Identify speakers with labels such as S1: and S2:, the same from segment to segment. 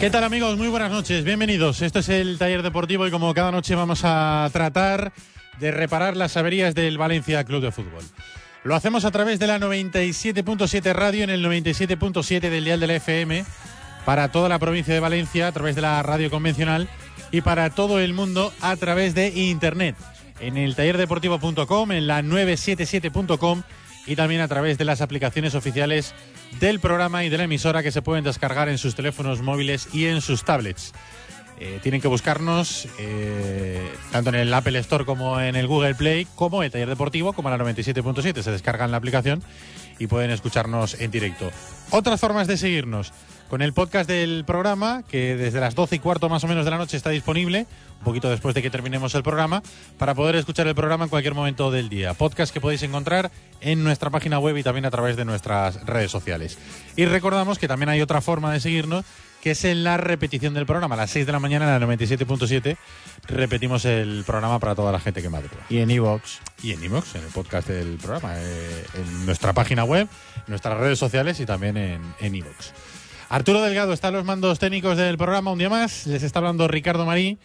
S1: ¿Qué tal amigos? Muy buenas noches, bienvenidos. Este es el taller deportivo y como cada noche vamos a tratar de reparar las averías del Valencia Club de Fútbol. Lo hacemos a través de la 97.7 radio en el 97.7 del dial de la FM para toda la provincia de Valencia a través de la radio convencional y para todo el mundo a través de internet en el tallerdeportivo.com, en la 977.com y también a través de las aplicaciones oficiales del programa y de la emisora que se pueden descargar en sus teléfonos móviles y en sus tablets. Eh, tienen que buscarnos eh, tanto en el Apple Store como en el Google Play, como el Taller Deportivo, como la 97.7. Se descargan la aplicación y pueden escucharnos en directo. Otras formas de seguirnos. Con el podcast del programa, que desde las 12 y cuarto más o menos de la noche está disponible, un poquito después de que terminemos el programa, para poder escuchar el programa en cualquier momento del día. Podcast que podéis encontrar en nuestra página web y también a través de nuestras redes sociales. Y recordamos que también hay otra forma de seguirnos, que es en la repetición del programa. A las 6 de la mañana en la 97.7 repetimos el programa para toda la gente que madruga.
S2: Y en Evox.
S1: Y en iVoox, en el podcast del programa, eh, en nuestra página web, en nuestras redes sociales y también en Evox. Arturo Delgado está en los mandos técnicos del programa un día más. Les está hablando Ricardo Marí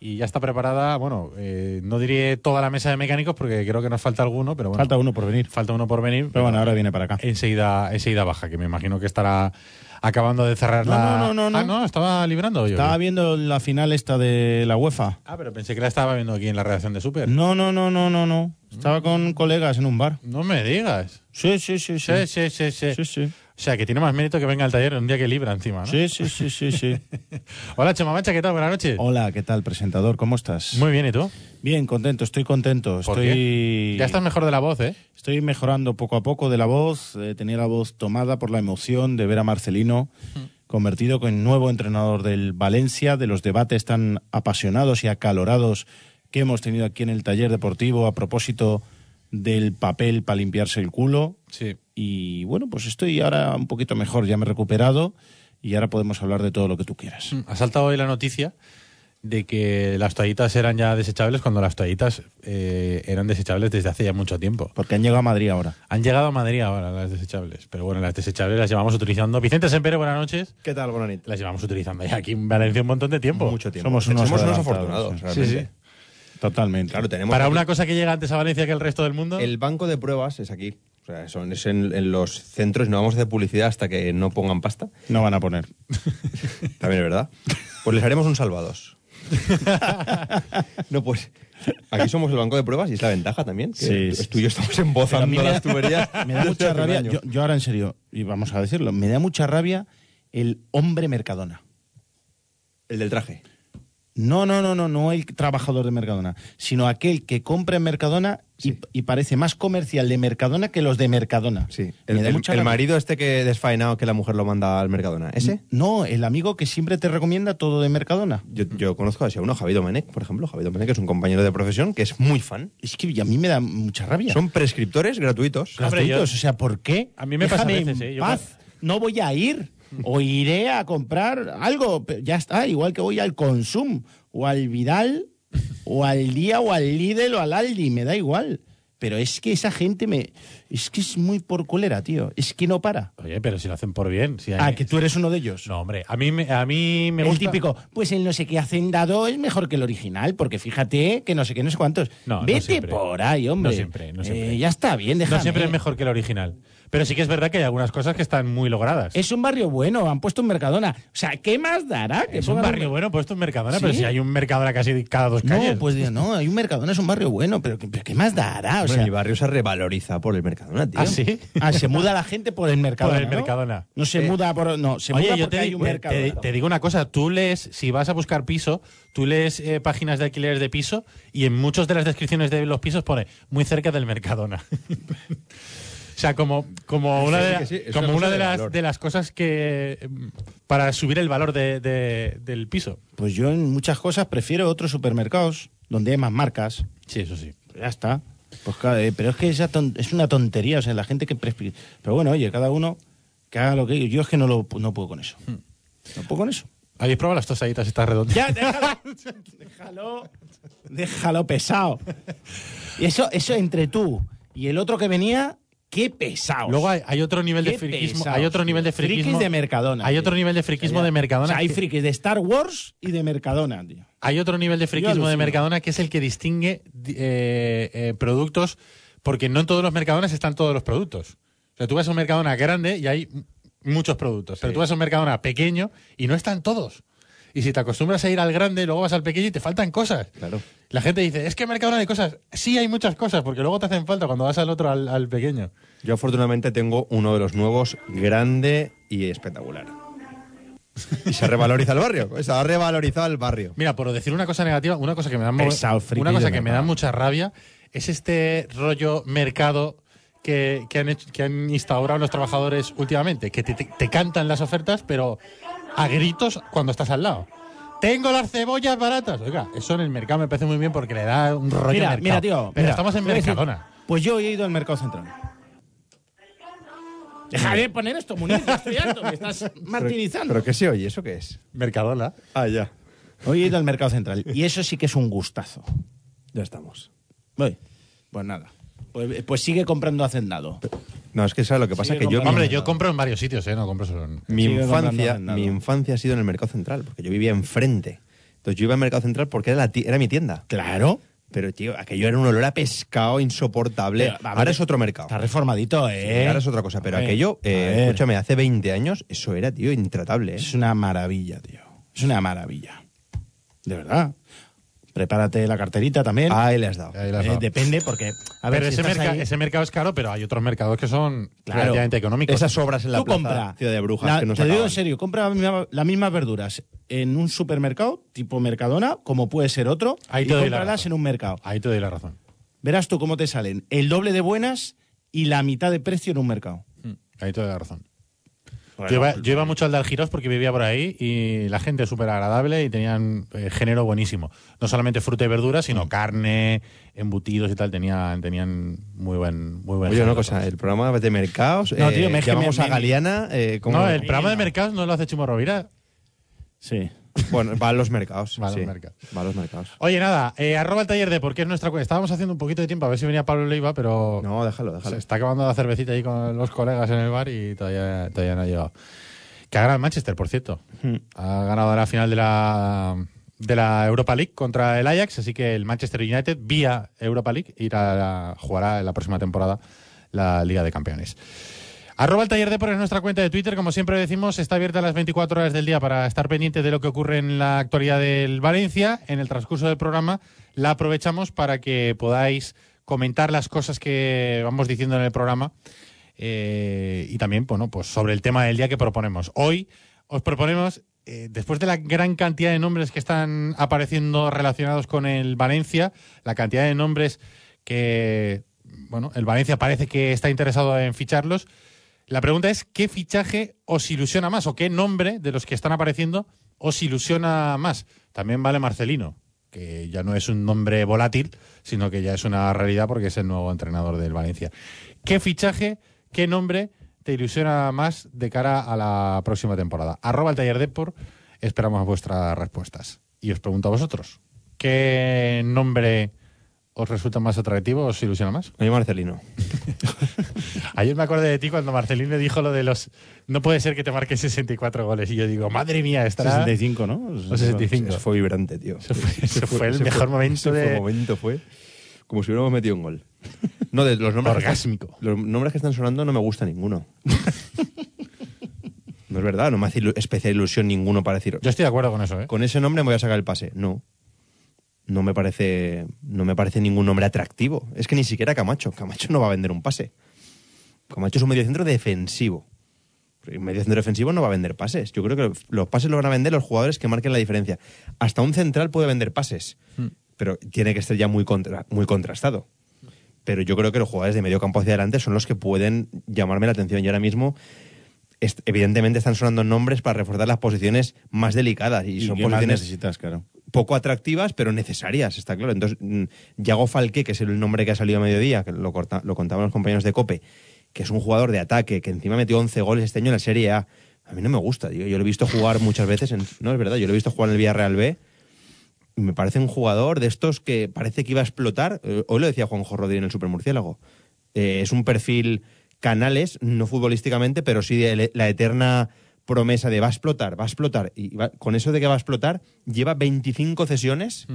S1: y ya está preparada, bueno, eh, no diré toda la mesa de mecánicos porque creo que nos falta alguno, pero bueno.
S2: Falta uno por venir.
S1: Falta uno por venir.
S2: Pero bueno, ahora viene para acá.
S1: Enseguida, enseguida baja, que me imagino que estará acabando de cerrar
S2: No,
S1: la...
S2: no, no, no,
S1: Ah,
S2: no.
S1: no, estaba librando yo.
S2: Estaba viendo la final esta de la UEFA.
S1: Ah, pero pensé que la estaba viendo aquí en la redacción de Super.
S2: No, no, no, no, no, no. Estaba con colegas en un bar.
S1: No me digas.
S2: Sí, sí, sí,
S1: Sí, sí,
S2: sí.
S1: sí, sí.
S2: Sí, sí.
S1: O sea, que tiene más mérito que venga al taller un día que libra encima, ¿no?
S2: Sí, sí, sí, sí, sí.
S1: Hola, Chema Mancha, ¿qué tal? Buenas noches.
S2: Hola, ¿qué tal, presentador? ¿Cómo estás?
S1: Muy bien, ¿y tú?
S2: bien, contento, estoy contento.
S1: ¿Por
S2: estoy
S1: Ya estás mejor de la voz, ¿eh?
S2: Estoy mejorando poco a poco de la voz. eh, tenía la voz tomada por la emoción de ver a Marcelino convertido en nuevo entrenador del Valencia, de los debates tan apasionados y acalorados que hemos tenido aquí en el taller deportivo a propósito del papel para limpiarse el culo.
S1: Sí.
S2: Y bueno, pues estoy ahora un poquito mejor, ya me he recuperado y ahora podemos hablar de todo lo que tú quieras.
S1: Ha saltado hoy la noticia de que las toallitas eran ya desechables cuando las toallitas eh, eran desechables desde hace ya mucho tiempo.
S2: Porque han llegado a Madrid ahora.
S1: Han llegado a Madrid ahora las desechables, pero bueno, las desechables las llevamos utilizando. Vicente Sempere, buenas noches.
S3: ¿Qué tal? Buenas noches.
S1: Las llevamos utilizando ya aquí en Valencia un montón de tiempo.
S3: Mucho tiempo.
S2: Somos unos adelantados,
S3: afortunados,
S2: sí.
S3: realmente.
S1: Sí, sí.
S2: Totalmente.
S3: Claro, tenemos
S1: Para
S3: aquí-
S1: una cosa que llega antes a Valencia que el resto del mundo.
S3: el banco de pruebas es aquí. O sea, son, es en, en los centros, no vamos a hacer publicidad hasta que no pongan pasta.
S2: No van a poner.
S3: También es verdad. Pues les haremos un salvados. no, pues aquí somos el banco de pruebas y es la ventaja también. Que
S2: Sí, sí,
S3: tú- tú y yo estamos embozando
S2: Pero a mí me
S3: las
S2: da-
S3: tuberías.
S2: Me da
S3: desde
S2: mucha
S3: hace un
S2: rabia,
S3: año.
S2: yo, yo ahora en serio, y vamos a decirlo, me da mucha rabia el hombre Mercadona.
S3: El del traje.
S2: No, no, no, no, no el trabajador de Mercadona, sino aquel que compra en Mercadona y-
S3: Sí.
S2: y, parece más comercial de Mercadona que los de Mercadona.
S3: Sí.
S2: Me
S3: El,
S2: da
S3: el-
S2: mucha
S3: el
S2: rabia.
S3: marido este que desfaenado que la mujer lo manda al Mercadona. ¿Ese?
S2: No, el amigo que siempre te recomienda todo de Mercadona.
S3: Yo, yo conozco así a uno, Javier Domenech, por ejemplo. Javier Domenech es un compañero de profesión que es muy fan.
S2: Es que a mí me da mucha rabia.
S3: Son prescriptores gratuitos.
S1: Hombre,
S2: gratuitos,
S1: yo-
S2: o sea, ¿por qué?
S1: A mí me pasa a
S2: Déjame
S1: veces,
S2: en
S1: ¿eh? Yo-
S2: paz, no voy a ir o iré a comprar algo, pero ya está, igual que voy al Consum o al Vidal o al Día o al Lidl o al Aldi, me da igual. Pero es que esa gente me es que es muy por colera, tío, es que no para.
S1: Oye, pero si lo hacen por bien. Si hay-
S2: Ah, que tú eres uno de ellos.
S1: No, hombre, a mí, me- a mí me
S2: El
S1: gusta...
S2: típico, pues el no sé qué hacendado es mejor que el original, porque fíjate que no sé qué, no sé cuántos.
S1: No, no
S2: Vete
S1: siempre.
S2: por ahí, hombre.
S1: No siempre, no siempre.
S2: Eh, ya está bien, déjame.
S1: No siempre es mejor que el original. Pero sí que es verdad que hay algunas cosas que están muy logradas.
S2: Es un barrio bueno, han puesto un Mercadona. O sea, ¿qué más dará? Que
S1: Es un
S2: pongan
S1: barrio bueno puesto en Mercadona,
S2: ¿Sí?
S1: pero si hay un Mercadona casi cada dos calles.
S2: No, pues digo, no, hay un Mercadona, es un barrio bueno, pero, ¿qué- pero ¿qué más dará? O
S3: Hombre,
S2: sea,
S3: mi barrio se revaloriza por el Mercadona, tío.
S1: ¿Ah, sí?
S2: ah, se muda la gente por el Mercadona.
S1: Por el
S2: ¿no?
S1: Mercadona. Eh,
S2: No se muda por. No, se
S1: Oye,
S2: muda
S1: yo
S2: porque
S1: te,
S2: hay
S1: di- eh,
S2: un
S1: te-
S2: Mercadona.
S1: te digo una cosa, tú lees, si vas a buscar piso, tú lees eh, páginas de alquileres de piso y en muchas de las descripciones de los pisos pone muy cerca del Mercadona. o sea, como, como
S3: Sí,
S1: una, de,
S3: sí
S1: la-
S3: que sí, es
S1: como
S3: una cosa
S1: una de,
S3: de
S1: las,
S3: valor.
S1: de las cosas que eh, para subir el valor de- de- del piso.
S2: Pues yo en muchas cosas prefiero otros supermercados donde hay más marcas.
S1: Sí, eso sí.
S2: Ya está. Pues claro, eh, pero es que esa ton- es una tontería, o sea, la gente que... prescri- Pero bueno, oye, cada uno que haga lo que... Yo es que no, lo, no puedo con eso.
S1: Hmm.
S2: No puedo con eso.
S1: ¿Habéis probado las tostaditas estas redondas?
S2: Ya, déjalo. déjalo. Déjalo pesado. Y eso, eso entre tú y el otro que venía, qué pesado.
S1: Luego hay, hay otro nivel de
S2: Qué
S1: friquismo.
S2: pesados,
S1: hay otro
S2: tío.
S1: nivel de friquismo.
S2: Frikis de Mercadona,
S1: Hay
S2: tío.
S1: otro nivel de friquismo de Mercadona.
S2: O sea, hay
S1: que-
S2: frikis de Star Wars y de Mercadona, tío.
S1: Hay otro nivel de friquismo de
S2: alucino.
S1: Mercadona que es el que distingue di- eh, eh, productos, porque no en todos los Mercadonas están todos los productos. O sea, tú vas a un Mercadona grande y hay m- muchos productos, pero tú vas a un Mercadona pequeño y no están todos. Y si te acostumbras a ir al grande, luego vas al pequeño y te faltan cosas.
S3: Claro.
S1: La gente dice, es que en Mercadona hay cosas. Sí, hay muchas cosas, porque luego te hacen falta cuando vas al otro, al, al pequeño.
S3: Yo afortunadamente tengo uno de los nuevos grande y espectacular. Y se revaloriza el barrio. pues, Se ha revalorizado el barrio.
S1: Mira, por decir una cosa negativa, una cosa que me da, mo-
S2: Pesado, friki
S1: una cosa
S2: de
S1: que me
S2: mercado.
S1: da mucha rabia es este rollo mercado que, que han, hecho- que han instaurado los trabajadores últimamente, que te, te- te cantan las ofertas, pero a gritos cuando estás al lado. Tengo las cebollas baratas. Oiga, eso en el mercado me parece muy bien porque le da un rollo
S2: Mira,
S1: mercado.
S2: mira, tío.
S1: Pero
S2: mira,
S1: estamos en
S2: te voy a decir,
S1: Mercadona.
S2: pues yo he ido al mercado central. Deja de poner esto, Muniz, que estoy harto, me estás martirizando.
S3: ¿Pero qué se oye? ¿Eso qué es?
S1: Mercadona.
S3: Ah, ya.
S2: Hoy he ido al mercado central y eso sí que es un gustazo.
S3: Ya estamos.
S2: Voy. Pues nada. Pues, pues sigue comprando hacendado.
S3: No, es que sabes lo que pasa
S2: Sigue
S3: que yo...
S2: comprando.
S1: Hombre, yo compro en varios sitios, ¿eh? No compro solo en...
S3: Mi
S2: Sigue comprando
S3: infancia,
S2: hacendado.
S3: mi infancia ha sido en el mercado central, porque yo vivía enfrente. Entonces yo iba al mercado central porque era, la ti- era mi tienda.
S2: Claro.
S3: Pero, tío, aquello era un olor a pescado insoportable.
S2: Pero, a ver,
S3: ahora es otro mercado.
S2: Está reformadito, ¿eh?
S3: Ahora es otra cosa. Pero
S2: A ver,
S3: aquello, eh,
S2: a ver.
S3: escúchame, hace 20 años eso era, tío, intratable. ¿eh?
S2: Es una maravilla, tío. Es una maravilla. De verdad. Prepárate la carterita también.
S3: Ahí le has dado.
S1: Ahí la has
S2: Eh,
S1: dado.
S2: depende porque... A ver,
S1: pero ese,
S2: si estás
S1: merca-
S2: ahí-
S1: ese mercado es caro, pero hay otros mercados que son
S2: Claro.
S1: relativamente económicos.
S3: Esas obras en la
S2: Tú
S3: plaza
S2: compra.
S3: Ciudad de Brujas
S2: la-
S3: que nos
S2: te digo
S3: acaban.
S2: en serio, compra la misma- las mismas verduras en un supermercado, tipo Mercadona, como puede ser otro,
S1: Ahí
S2: y
S1: te doy la
S2: cómpralas
S1: razón.
S2: en un mercado.
S1: Ahí te doy la razón.
S2: Verás tú cómo te salen el doble de buenas y la mitad de precio en un mercado.
S1: Mm, Ahí te doy la razón. yo, iba,
S3: pues,
S1: yo iba mucho al dar giros porque vivía por ahí y la gente súper agradable y tenían eh, género buenísimo. No solamente fruta y verdura, sino carne, embutidos y tal. Tenían, tenían muy buen, muy buen
S3: Oye, una
S1: género.
S3: cosa, eh, el programa de mercados.
S2: No,
S3: eh,
S2: tío, me- es que
S3: llamamos
S2: me-
S3: a
S2: me-
S3: Galeana. eh, como-
S1: No, el programa de mercados no lo hace Chimo Rovira.
S2: Sí.
S3: Bueno, va a los mercados.
S1: Va a los
S3: sí,
S1: mercados.
S3: Va a los mercados.
S1: Oye, nada, eh, arroba el taller de porque es nuestra cuenta. Estábamos haciendo un poquito de tiempo a ver si venía Pablo Leiva, pero
S3: No, déjalo,
S1: se
S3: déjalo.
S1: está acabando la cervecita ahí con los colegas en el bar y todavía, todavía no ha llegado. Que ha ganado el Manchester, por cierto. Ha ganado la final de la, de la Europa League contra el Ajax, así que el Manchester United, vía Europa League, irá, jugará en la próxima temporada la Liga de Campeones. Arroba el taller de por es nuestra cuenta de Twitter. Como siempre decimos, está abierta las 24 horas del día para estar pendiente de lo que ocurre en la actualidad del Valencia. En el transcurso del programa la aprovechamos para que podáis comentar las cosas que vamos diciendo en el programa eh, y también bueno, pues sobre el tema del día que proponemos. Hoy os proponemos eh, después de la gran cantidad de nombres que están apareciendo relacionados con el Valencia, la cantidad de nombres que, bueno, el Valencia parece que está interesado en ficharlos, la pregunta es, ¿qué fichaje os ilusiona más o qué nombre de los que están apareciendo os ilusiona más? También vale Marcelino, que ya no es un nombre volátil, sino que ya es una realidad porque es el nuevo entrenador del Valencia. ¿Qué fichaje, qué nombre te ilusiona más de cara a la próxima temporada? Arroba el taller Depor, esperamos vuestras respuestas. Y os pregunto a vosotros, ¿qué nombre os resulta más atractivo, os ilusiona más?
S3: A mí Marcelino.
S1: Ayer me acordé de ti cuando Marcelín me dijo lo de los. No puede ser que te marques 64 goles. Y yo digo, madre mía, estará.
S2: 65, ¿no?
S1: O 65.
S3: Eso fue vibrante, tío.
S1: Eso fue- eso fue el mejor momento
S3: ese
S1: de-
S3: fue el momento fue como si hubiéramos metido un gol. No, de los nombres
S1: Orgásmico.
S3: Que están, los nombres que están sonando no me gusta ninguno. no es verdad, no me hace ilu- especial ilusión ninguno para decir.
S1: Yo estoy de acuerdo con eso, ¿eh?
S3: Con ese nombre me voy a sacar el pase. No. No me parece no me parece ningún nombre atractivo. Es que ni siquiera Camacho, Camacho no va a vender un pase. Camacho es un mediocentro defensivo. Un mediocentro defensivo no va a vender pases. Yo creo que los pases los van a vender los jugadores que marquen la diferencia. Hasta un central puede vender pases, pero tiene que estar ya muy contra- muy contrastado. Pero yo creo que los jugadores de medio campo hacia adelante son los que pueden llamarme la atención. Y ahora mismo est- evidentemente están sonando nombres para reforzar las posiciones más delicadas y,
S2: Y,
S3: son
S2: qué más
S3: posiciones
S2: necesitas, claro.
S3: poco atractivas, pero necesarias, está claro. Entonces, mm, Yago Falque, que es el nombre que ha salido a mediodía, que lo, corta- lo contaban los compañeros de Cope, que es un jugador de ataque, que encima metió 11 goles este año en la Serie A. A mí no me gusta, tío. Yo lo he visto jugar muchas veces, en- no es verdad, yo lo he visto jugar en el Villarreal B. Y me parece un jugador de estos que parece que iba a explotar. Eh, Hoy lo decía Juanjo Rodríguez en el Supermurciélago. Eh, es un perfil canales, no futbolísticamente, pero sí de le- la eterna promesa de va a explotar, va a explotar. Y va- con eso de que va a explotar, lleva 25 cesiones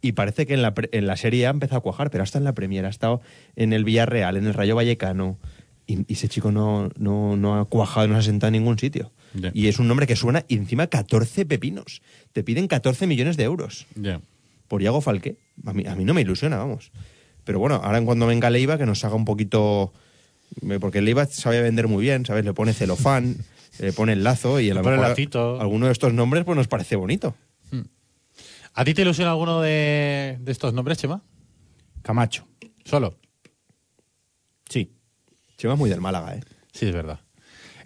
S3: y parece que en la, pre- en la Serie A ha empezado a cuajar, pero hasta en la Premier, ha estado en el Villarreal, en el Rayo Vallecano. Y, y ese chico no, no, no ha cuajado, no se ha sentado en ningún sitio.
S1: Ya.
S3: Y es un nombre que suena y encima 14 pepinos. Te piden 14 millones de euros
S1: Ya.
S3: por Iago Falque. A mí, a mí no me ilusiona, vamos. Pero bueno, ahora en cuando venga Leiva, que nos haga un poquito. eh, Porque Leiva sabe vender muy bien, ¿sabes? Le pone celofán, le pone el lazo y a
S1: Le
S3: lo
S1: pone el
S3: mejor
S1: lacito.
S3: alguno de estos nombres pues nos parece bonito.
S1: ¿A ti te ilusiona alguno de, de estos nombres, Chema?
S2: Camacho.
S1: Solo.
S2: Sí.
S3: Chema es muy del Málaga, ¿eh?
S1: Sí, es verdad.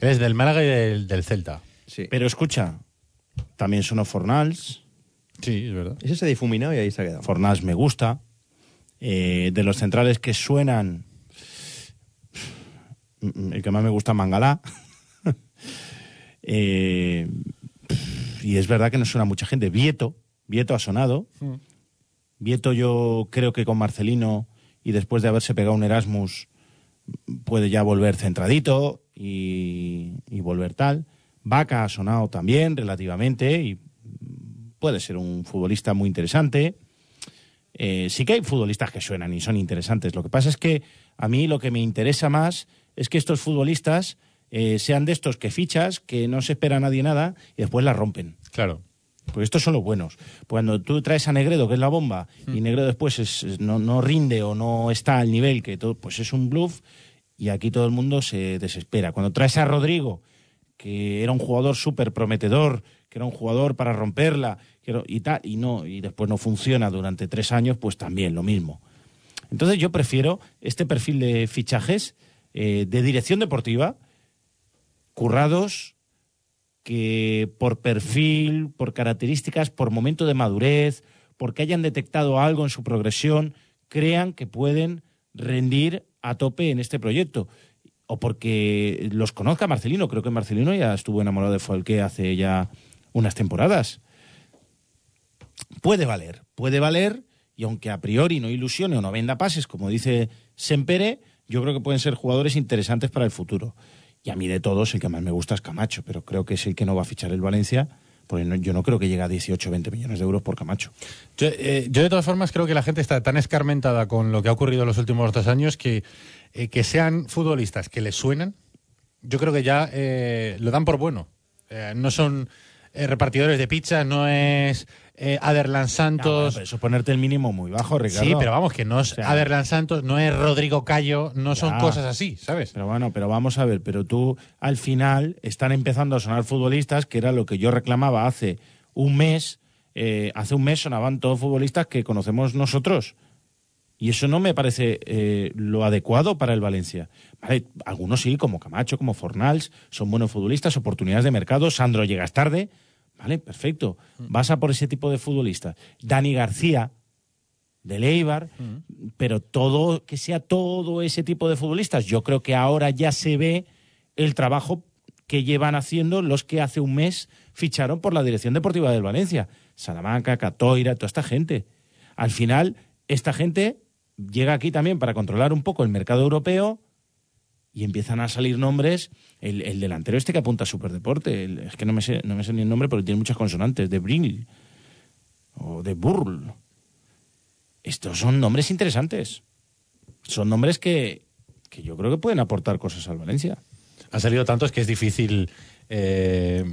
S1: Eres del Málaga y del, del Celta.
S3: Sí.
S2: Pero escucha, también sonó Fornals.
S1: Sí, es verdad.
S3: Ese se ha difuminado y ahí se ha quedado.
S2: Fornals me gusta. Eh, de los centrales que suenan, mm, el que más me gusta Mangalá. Eh, y es verdad que no suena mucha gente. Vieto, Vieto ha sonado. Vieto yo creo que con Marcelino y después de haberse pegado un Erasmus puede ya volver centradito y, y volver tal. Vaca ha sonado también relativamente y puede ser un futbolista muy interesante. Eh, sí que hay futbolistas que suenan y son interesantes. Lo que pasa es que a mí lo que me interesa más es que estos futbolistas eh, sean de estos que fichas, que no se espera a nadie nada y después la rompen.
S1: Claro.
S2: Porque estos son los buenos. Cuando tú traes a Negredo, que es la bomba, y Negredo después es- es- no, no rinde o no está al nivel que todo, pues es un bluff y aquí todo el mundo se desespera. Cuando traes a Rodrigo, que era un jugador súper prometedor, que era un jugador para romperla, que era- y tal, y no, y después no funciona durante tres años, pues también lo mismo. Entonces yo prefiero este perfil de fichajes eh, de dirección deportiva, currados, que por perfil, por características, por momento de madurez, porque hayan detectado algo en su progresión, crean que pueden rendir a tope en este proyecto. O porque los conozca Marcelino. Creo que Marcelino ya estuvo enamorado de Falque hace ya unas temporadas. Puede valer, puede valer, y aunque a priori no ilusione o no venda pases, como dice Sempere, yo creo que pueden ser jugadores interesantes para el futuro. Y a mí de todos, el que más me gusta es Camacho, pero creo que es el que no va a fichar el Valencia, porque no- yo no creo que llegue a 18 o 20 millones de euros por Camacho.
S1: Yo, eh, yo, de todas formas creo que la gente está tan escarmentada con lo que ha ocurrido en los últimos dos años que, eh, que sean futbolistas que les suenan, yo creo que ya eh, lo dan por bueno. Eh, no son eh, repartidores de pizzas, no es eh, Aderlan
S2: Ya, bueno,
S1: Santos.
S2: pero eso es ponerte el mínimo muy bajo, Ricardo.
S1: Sí, pero vamos, que no es
S2: O sea-
S1: Aderlan Santos, no es Rodrigo Cayo, no son
S2: Ya.
S1: cosas así, ¿sabes?
S2: Pero bueno, pero vamos a ver, pero tú al final están empezando a sonar futbolistas, que era lo que yo reclamaba hace un mes. eh, hace un mes sonaban todos futbolistas que conocemos nosotros. Y eso no me parece eh, lo adecuado para el Valencia. Vale, algunos sí, como Camacho, como Fornals, son buenos futbolistas, oportunidades de mercado. Sandro, llegas tarde. Vale, perfecto. Vas a por ese tipo de futbolistas. Dani García, de Leibar, pero todo, que sea todo ese tipo de futbolistas. Yo creo que ahora ya se ve el trabajo que llevan haciendo los que hace un mes ficharon por la Dirección Deportiva del Valencia. Salamanca, Catoira, toda esta gente. Al final, esta gente llega aquí también para controlar un poco el mercado europeo y empiezan a salir nombres. El, el delantero este que apunta a Superdeporte, el- es que no me, sé, no me sé ni el nombre, pero tiene muchas consonantes, de Brill o de Burl. Estos son nombres interesantes. Son nombres que, que yo creo que pueden aportar cosas al Valencia.
S1: Han salido tantos que es difícil eh,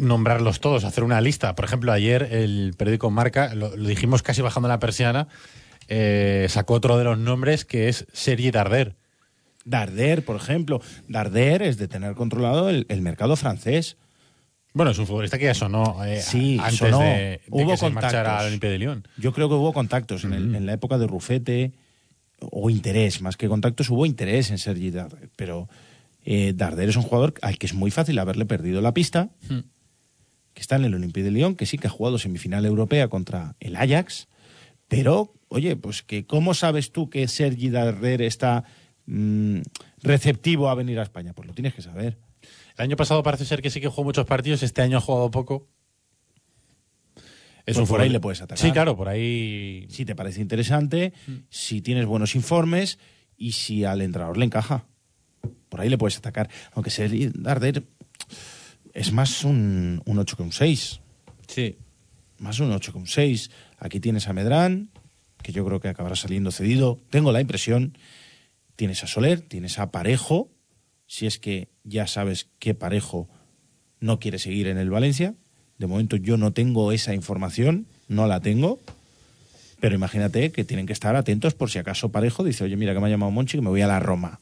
S1: nombrarlos todos, hacer una lista. Por ejemplo, ayer el periódico Marca, lo, lo dijimos casi bajando la persiana, eh, sacó otro de los nombres que es Serie Darder.
S2: Darder, por ejemplo. Darder es de tener controlado el, el mercado francés.
S1: Bueno, es un futbolista que ya sonó eh,
S2: Sí,
S1: antes
S2: sonó.
S1: de, de
S2: Hubo
S1: que se marchara
S2: contactos.
S1: al Olimpia de León.
S2: Yo creo que hubo contactos en, el- en la época de Rufete, o interés, más que contactos, hubo interés en Sergi Darder. Pero eh, Darder es un jugador al que es muy fácil haberle perdido la pista, que está en el Olympique de Lyon, que sí que ha jugado semifinal europea contra el Ajax, pero, oye, pues que ¿cómo sabes tú que Sergi Darder está mm, receptivo a venir a España? Pues lo tienes que saber.
S1: El año pasado parece ser que sí que jugó muchos partidos, este año ha jugado poco.
S2: Pues por ahí
S1: futbol-
S2: le puedes atacar.
S1: Sí, claro, por ahí.
S2: Si te parece interesante, si tienes buenos informes y si al entrenador le encaja. Por ahí le puedes atacar. Aunque Sergi Darder es más un, un 8 que un 6.
S1: Sí.
S2: más un 8,6. Aquí tienes a Medrán, que yo creo que acabará saliendo cedido. Tengo la impresión. Tienes a Soler, tienes a Parejo, si es que ya sabes que Parejo no quiere seguir en el Valencia. De momento yo no tengo esa información, no la tengo. Pero imagínate que tienen que estar atentos por si acaso Parejo dice, oye, mira que me ha llamado Monchi que me voy a la Roma.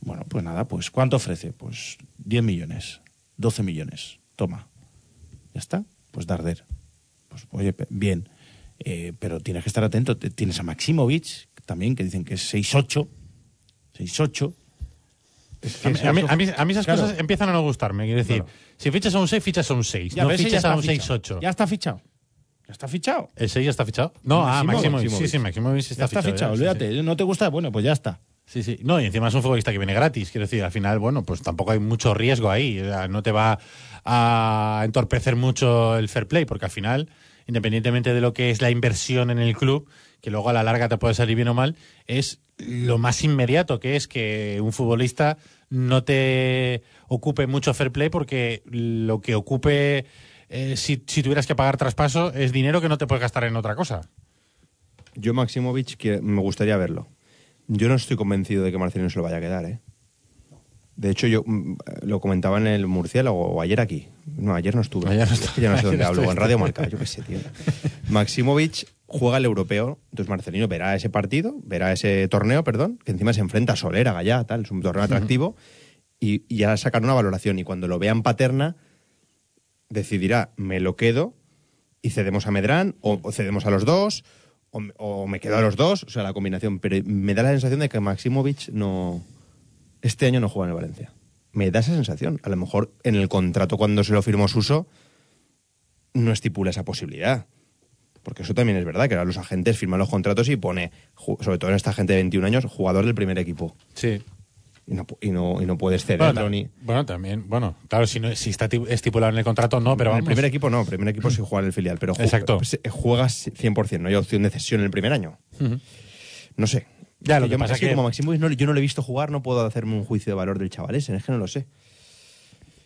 S2: Bueno, pues nada, pues ¿cuánto ofrece? Pues 10 millones, 12 millones, toma. Ya está, pues Darder. Pues oye, pe- bien. Eh, pero tienes que estar atento. Te- Tienes a Maximovich también, que dicen que es 6'8". 6'8".
S1: A mí, a mí- a mí- a mí esas
S2: Claro.
S1: cosas empiezan a no gustarme. Quiero decir,
S2: Claro.
S1: si fichas a un 6, fichas a un 6.
S2: Ya,
S1: no
S2: pero ese
S1: fichas
S2: ya
S1: a
S2: está
S1: un
S2: fichado.
S1: 6-8.
S2: Ya está fichado. Ya está fichado.
S1: ¿El 6 ya está fichado? No, ah,
S2: Maximovic.
S1: Maximovic. Sí, sí, Maximovic sí
S2: Ya
S1: está,
S2: está fichado,
S1: ya, sí,
S2: olvídate. No te gusta, bueno, pues ya está.
S1: Sí, sí. No, y encima es un futbolista que viene gratis. Quiero decir, al final, bueno, pues tampoco hay mucho riesgo ahí. O sea, no te va a entorpecer mucho el fair play, porque al final, independientemente de lo que es la inversión en el club, que luego a la larga te puede salir bien o mal, es lo más inmediato que es que un futbolista no te ocupe mucho fair play, porque lo que ocupe, eh, si, si tuvieras que pagar traspaso, es dinero que no te puedes gastar en otra cosa.
S3: Yo, Maximovic, que- me gustaría verlo. Yo no estoy convencido de que Marcelino se lo vaya a quedar, ¿eh? De hecho, yo mm, lo comentaba en el Murciélago o ayer aquí. No, ayer no estuve.
S1: Ayer no
S3: Es que ya no sé
S1: estuve.
S3: dónde
S1: Ayer no
S3: hablo, en
S1: estuviste.
S3: Radio Marca, yo qué sé, tío. Maximovic juega el europeo, entonces Marcelino verá ese partido, verá ese torneo, perdón, que encima se enfrenta a Solera, Gallá, tal, es un torneo atractivo, y, y ya sacará una valoración. Y cuando lo vean paterna, decidirá, me lo quedo y cedemos a Medrán, o, o cedemos a los dos, o, me- o me quedo a los dos, o sea, la combinación. Pero me da la sensación de que Maximovic no. Este año no juega en el Valencia. Me da esa sensación. A lo mejor en el contrato cuando se lo firmó Suso no estipula esa posibilidad. Porque eso también es verdad, que ahora los agentes firman los contratos y pone, ju- sobre todo en esta gente de 21 años, jugador del primer equipo.
S1: Sí.
S3: Y no, pu- y no, y no puedes cederlo
S1: Bueno, ta-
S3: ni...
S1: bueno, también, bueno, claro, si, no, si está ti- estipulado en el contrato, no, pero
S3: En
S1: vamos.
S3: el primer equipo no, el primer equipo sí juega en el filial, pero ju-
S1: Exacto.
S3: se- juegas 100%, no hay opción de cesión en el primer año. No sé.
S1: Ya,
S3: Es
S1: lo
S3: que
S1: que
S3: yo
S1: pasa
S3: es que
S1: que-
S3: como Maximovic no, yo no lo he visto jugar, no puedo hacerme un juicio de valor del chaval ese, es que no lo sé.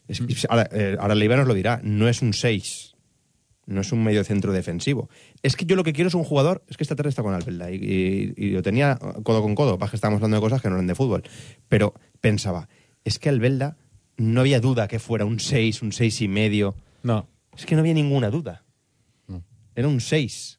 S3: Es
S1: Mm.
S3: que- ahora, eh, ahora Leiva nos lo dirá, no es un 6, no es un medio centro defensivo. Es que yo lo que quiero es un jugador, es que esta tarde está con Albelda y, y- y lo tenía codo con codo, pasa que estábamos hablando de cosas que no eran de fútbol, pero pensaba, es que Albelda no había duda que fuera un 6, un 6 y medio.
S1: No.
S3: Es que no había ninguna duda. Era un 6.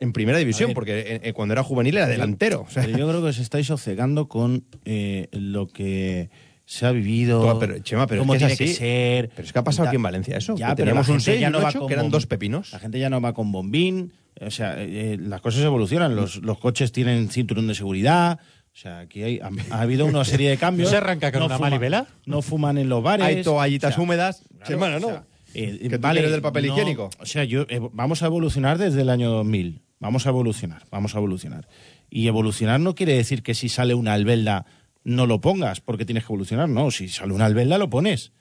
S3: En primera división,
S2: ver.
S3: porque eh, eh, cuando era juvenil era delantero. O sea,
S2: Pero yo creo que os estáis sosegando con eh, lo que se ha vivido.
S3: Toma, pero, Chema, pero
S2: cómo
S3: es que es
S2: tiene
S3: así.
S2: que ser.
S3: Pero es que ha pasado
S2: Ya-
S3: aquí en Valencia eso, que
S2: pero
S3: teníamos
S2: la
S3: un
S2: gente
S3: seis y
S2: ya
S3: un
S2: no va
S3: ocho,
S2: con
S3: que eran
S2: bom-
S3: dos pepinos.
S2: La gente ya no va con bombín. O sea, eh, eh, las cosas evolucionan. Los, los coches tienen cinturón de seguridad. O sea, aquí hay- ha, ha habido una serie de cambios.
S1: ¿No se arranca con una
S2: fuman-
S1: manivela?
S2: No fuman en los bares.
S3: Hay toallitas
S2: O sea,
S3: húmedas. Chema, no,
S2: o
S3: no.
S2: sea, eh,
S3: Que tú quieres del papel higiénico.
S2: O sea, yo, eh, vamos a evolucionar desde el año 2000. Vamos a evolucionar, vamos a evolucionar. Y evolucionar no quiere decir que si sale una albelda no lo pongas, porque tienes que evolucionar. No, si sale una albelda lo pones.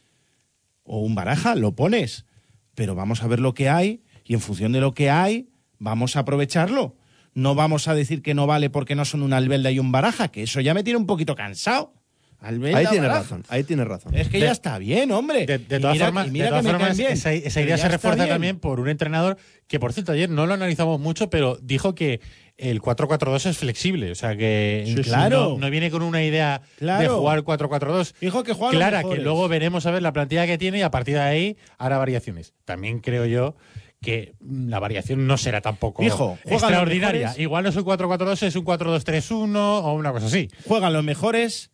S2: O un baraja, lo pones. Pero vamos a ver lo que hay y en función de lo que hay, vamos a aprovecharlo. No vamos a decir que no vale porque no son una albelda y un baraja, que eso ya me tiene un poquito cansado. Albelda,
S3: Ahí tienes
S2: baraja.
S3: razón, ahí tienes razón.
S2: Es que
S1: De-
S2: ya está bien, hombre.
S1: De, de
S2: Eh, Y
S1: todas
S2: mira-
S1: formas,
S2: y mira
S1: de todas
S2: que me caen
S1: formas,
S2: bien,
S1: esa, esa
S2: pero
S1: idea
S2: ya
S1: se
S2: está
S1: refuerza
S2: bien.
S1: también por un entrenador que, por cierto, ayer no lo analizamos mucho, pero dijo que el 4-4-2 es flexible. O sea, que
S2: Sí,
S1: no-
S2: claro.
S1: no, no viene con una idea de
S2: Claro.
S1: jugar 4-4-2.
S2: Dijo que juega a los
S1: Clara, que
S2: mejores.
S1: luego veremos a ver la plantilla que tiene y a partir de ahí hará variaciones. También creo yo que mm, la variación no será tampoco
S2: Dijo, juega a los
S1: extraordinaria.
S2: mejores.
S1: Igual no es un 4-4-2, es un 4-2-3-1 o una cosa así.
S2: Juegan los mejores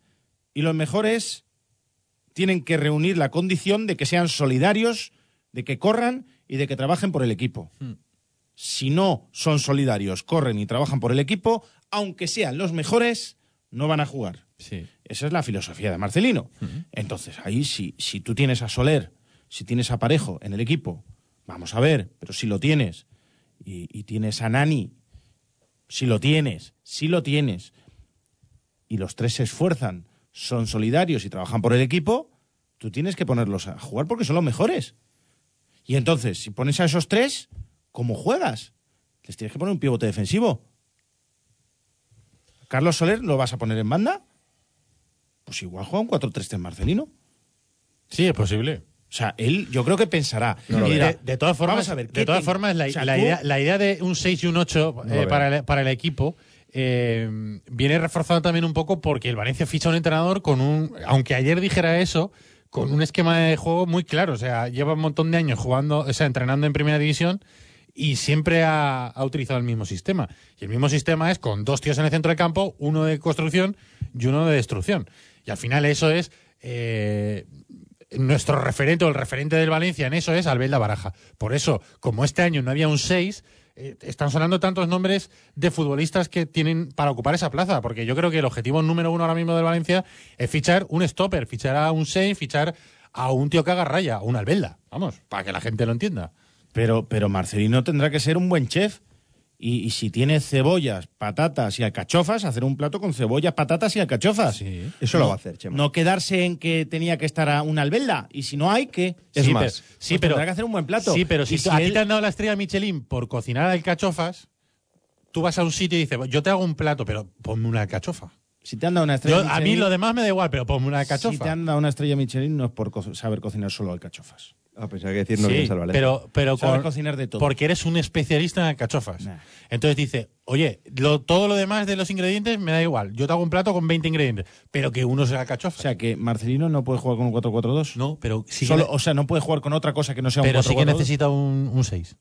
S2: y los mejores tienen que reunir la condición de que sean solidarios, de que corran y de que trabajen por el equipo.
S1: Hmm.
S2: Si no son solidarios, corren y trabajan por el equipo, aunque sean los mejores, no van a jugar.
S1: Sí.
S2: Esa es la filosofía de Marcelino. Entonces, ahí si, si tú tienes a Soler, si tienes a Parejo en el equipo, vamos a ver, pero si lo tienes, y, y tienes a Nani, si lo tienes, si lo tienes, y los tres se esfuerzan, son solidarios y trabajan por el equipo, tú tienes que ponerlos a jugar porque son los mejores. Y entonces, si pones a esos tres, ¿cómo juegas? Les tienes que poner un pivote defensivo. ¿Carlos Soler lo vas a poner en banda? Pues igual juega un 4-3-3 Marcelino. O
S1: Sí, es posible.
S2: sea, él yo creo que pensará.
S3: lo
S2: mira,
S1: de, de todas formas,
S2: vamos a ver,
S1: de
S2: ¿qué
S1: todas
S2: tengo?
S1: formas la,
S2: O sea,
S1: la
S2: tú-
S1: idea, la idea de un 6 y un 8
S3: No lo veo.
S1: para, el, para el equipo eh, viene reforzada también un poco porque el Valencia ficha un entrenador con un, aunque ayer dijera eso, con un esquema de juego muy claro. O sea, lleva un montón de años jugando, o sea, entrenando en primera división y siempre ha, ha utilizado el mismo sistema. Y el mismo sistema es con dos tíos en el centro del campo, uno de construcción y uno de destrucción. Y al final eso es... eh, nuestro referente o el referente del Valencia en eso es Albelda Baraja. Por eso, como este año no había un 6, eh, están sonando tantos nombres de futbolistas que tienen para ocupar esa plaza, porque yo creo que el objetivo número uno ahora mismo del Valencia es fichar un stopper, fichar a un 6, fichar a un tío que haga raya, a un Albelda, vamos, para que la gente lo entienda.
S2: Pero, pero Marcelino tendrá que ser un buen chef. Y, y si tiene cebollas, patatas y alcachofas, hacer un plato con cebollas, patatas y alcachofas.
S1: Sí.
S3: Eso lo
S2: No-
S3: va a hacer, Chema.
S2: No quedarse en que tenía que estar a una albelda. Y si no hay, ¿qué?
S3: Es
S2: Sí,
S3: más,
S2: pero-
S1: sí,
S2: pues
S1: pero-
S2: tendrá que hacer un buen plato.
S1: Sí, pero
S2: Y
S1: si, a ti
S2: él-
S1: te han dado la estrella Michelin por cocinar alcachofas, tú vas a un sitio y dices, yo te hago un plato, pero ponme una alcachofa.
S2: si te han dado una estrella
S1: Yo- a mí
S2: Michelin-
S1: lo demás me da igual, pero ponme una alcachofa.
S2: Si te han dado una estrella Michelin no es por co- saber cocinar solo alcachofas.
S3: Ah, pensaba que decir no
S1: Sí,
S3: vienes al Valencia.
S1: Pero, pero
S2: Sabe cocinar de todo.
S1: Porque eres un especialista en alcachofas.
S2: Nah.
S1: Entonces dice, oye, lo- todo lo demás de los ingredientes me da igual. Yo te hago un plato con 20 ingredientes, pero que uno sea alcachofa.
S2: O sea que Marcelino no puede jugar con un 4-4-2.
S1: no, pero sí que,
S2: Solo-
S1: ne-
S2: o sea, no puede jugar con otra cosa que no sea
S1: pero
S2: un 4-4-2.
S1: sí que necesita un 6.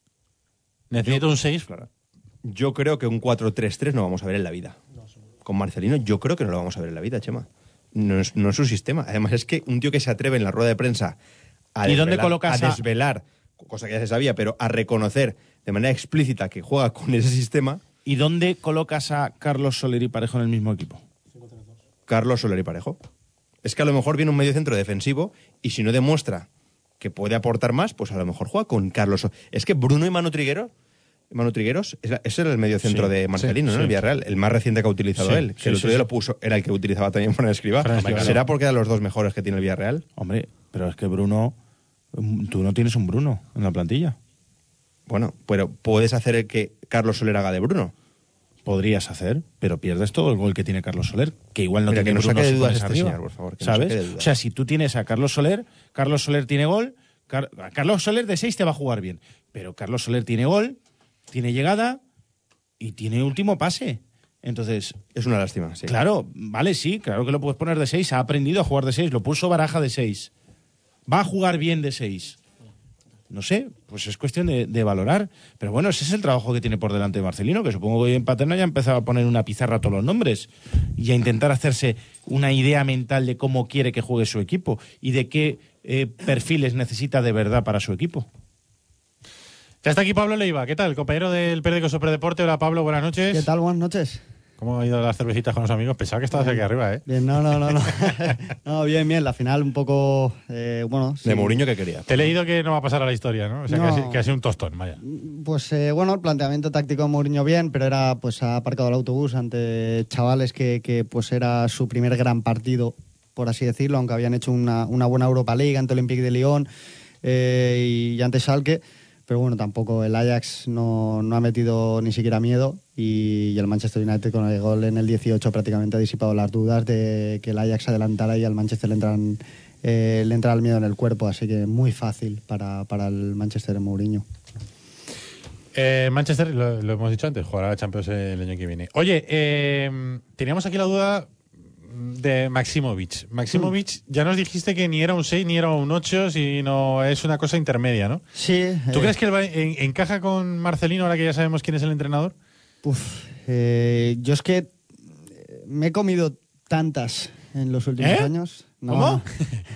S1: Necesita un 6.
S3: Yo creo que un 4-3-3 no vamos a ver en la vida. Con Marcelino yo creo que no lo vamos a ver en la vida, Chema. No es, no es su sistema. Además es que un tío que se atreve en la rueda de prensa a,
S2: ¿Y dónde
S3: desvelar-
S2: colocas
S3: a
S2: a-
S3: desvelar, cosa que ya se sabía, pero a reconocer de manera explícita que juega con ese sistema,
S2: ¿Y dónde colocas a Carlos Soler y Parejo en el mismo equipo?
S3: Carlos Soler y Parejo. Es que a lo mejor viene un medio centro defensivo y si no demuestra que puede aportar más, pues a lo mejor juega con Carlos. Sol- Es que Bruno y Manu Trigueros, Manu Trigueros, es- ese era el medio centro
S2: Sí,
S3: de Marcelino,
S2: sí,
S3: ¿no?
S2: sí.
S3: El Villarreal, el más reciente que ha utilizado
S2: Sí,
S3: él, que
S2: sí,
S3: el
S2: sí,
S3: otro día
S2: sí.
S3: lo puso, era el que utilizaba también Fran Escribá.
S1: Fran Escribá.
S3: ¿Será porque eran los dos mejores que tiene el Villarreal?
S2: Hombre, pero es que Bruno. mm, Tú no tienes un Bruno en la plantilla.
S3: Bueno, pero puedes hacer el que Carlos Soler haga de Bruno.
S2: Podrías hacer, pero pierdes todo el gol que tiene Carlos Soler, que igual no
S3: Mira, que
S2: tiene
S3: no
S2: Bruno
S3: saque de
S2: si
S3: dudas
S2: pones
S3: este
S2: arriba,
S3: señor, por favor, que no
S2: ¿Sabes?
S3: saque de dudas.
S2: O sea, si tú tienes a Carlos Soler, Carlos Soler tiene gol, Car- a Carlos Soler de 6 te va a jugar bien, pero Carlos Soler tiene gol, tiene llegada y tiene último pase. Entonces,
S3: Es una lástima, sí.
S2: Claro, vale, sí, claro que lo puedes poner de 6. Ha aprendido a jugar de 6, lo puso Baraja de 6. Va a jugar bien de 6. No sé, pues es cuestión de, de valorar. Pero bueno, ese es el trabajo que tiene por delante Marcelino, que supongo que hoy en Paterna ya ha empezado a poner una pizarra todos los nombres y a intentar hacerse una idea mental de cómo quiere que juegue su equipo y de qué eh, perfiles necesita de verdad para su equipo.
S1: Ya está aquí Pablo Leiva. ¿Qué tal? Compañero del periódico Superdeporte. Hola Pablo, buenas noches.
S4: ¿Qué tal? Buenas noches.
S1: ¿Cómo han ido las cervecitas con los amigos? Pensaba que estabas aquí arriba, ¿eh?
S4: Bien, no, no, no. No, no bien, bien. La final un poco, eh, bueno... sí.
S3: De Mourinho que quería.
S1: Te he leído que no va a pasar a la historia, ¿no? O sea,
S4: No.
S1: Que, ha, si- que ha sido un tostón, vaya.
S4: Pues eh, bueno, el planteamiento táctico de Mourinho bien, pero era pues ha aparcado el autobús ante chavales que, que, pues era su primer gran partido, por así decirlo, aunque habían hecho una, una buena Europa League ante Olympique de Lyon eh, y ante Schalke. Pero bueno, tampoco el Ajax no, no ha metido ni siquiera miedo y, y el Manchester United con el gol en el 18 prácticamente ha disipado las dudas de que el Ajax adelantara y al Manchester le, entran, eh, le entra el miedo en el cuerpo. Así que muy fácil para, para el Manchester de Mourinho.
S1: Eh, Manchester, lo, lo hemos dicho antes, jugará la Champions el año que viene. Oye, eh, teníamos aquí la duda de Maximovic. Maximovic,
S2: Mm.
S1: ya nos dijiste que ni era un 6 ni era un 8, sino es una cosa intermedia, ¿no?
S4: Sí.
S1: ¿Tú
S4: eh,
S1: crees que el Ba- en- encaja con Marcelino ahora que ya sabemos quién es el entrenador?
S4: uf, eh, yo es que eh, me he comido tantas en los últimos
S1: ¿Eh?
S4: años. No,
S1: ¿Cómo?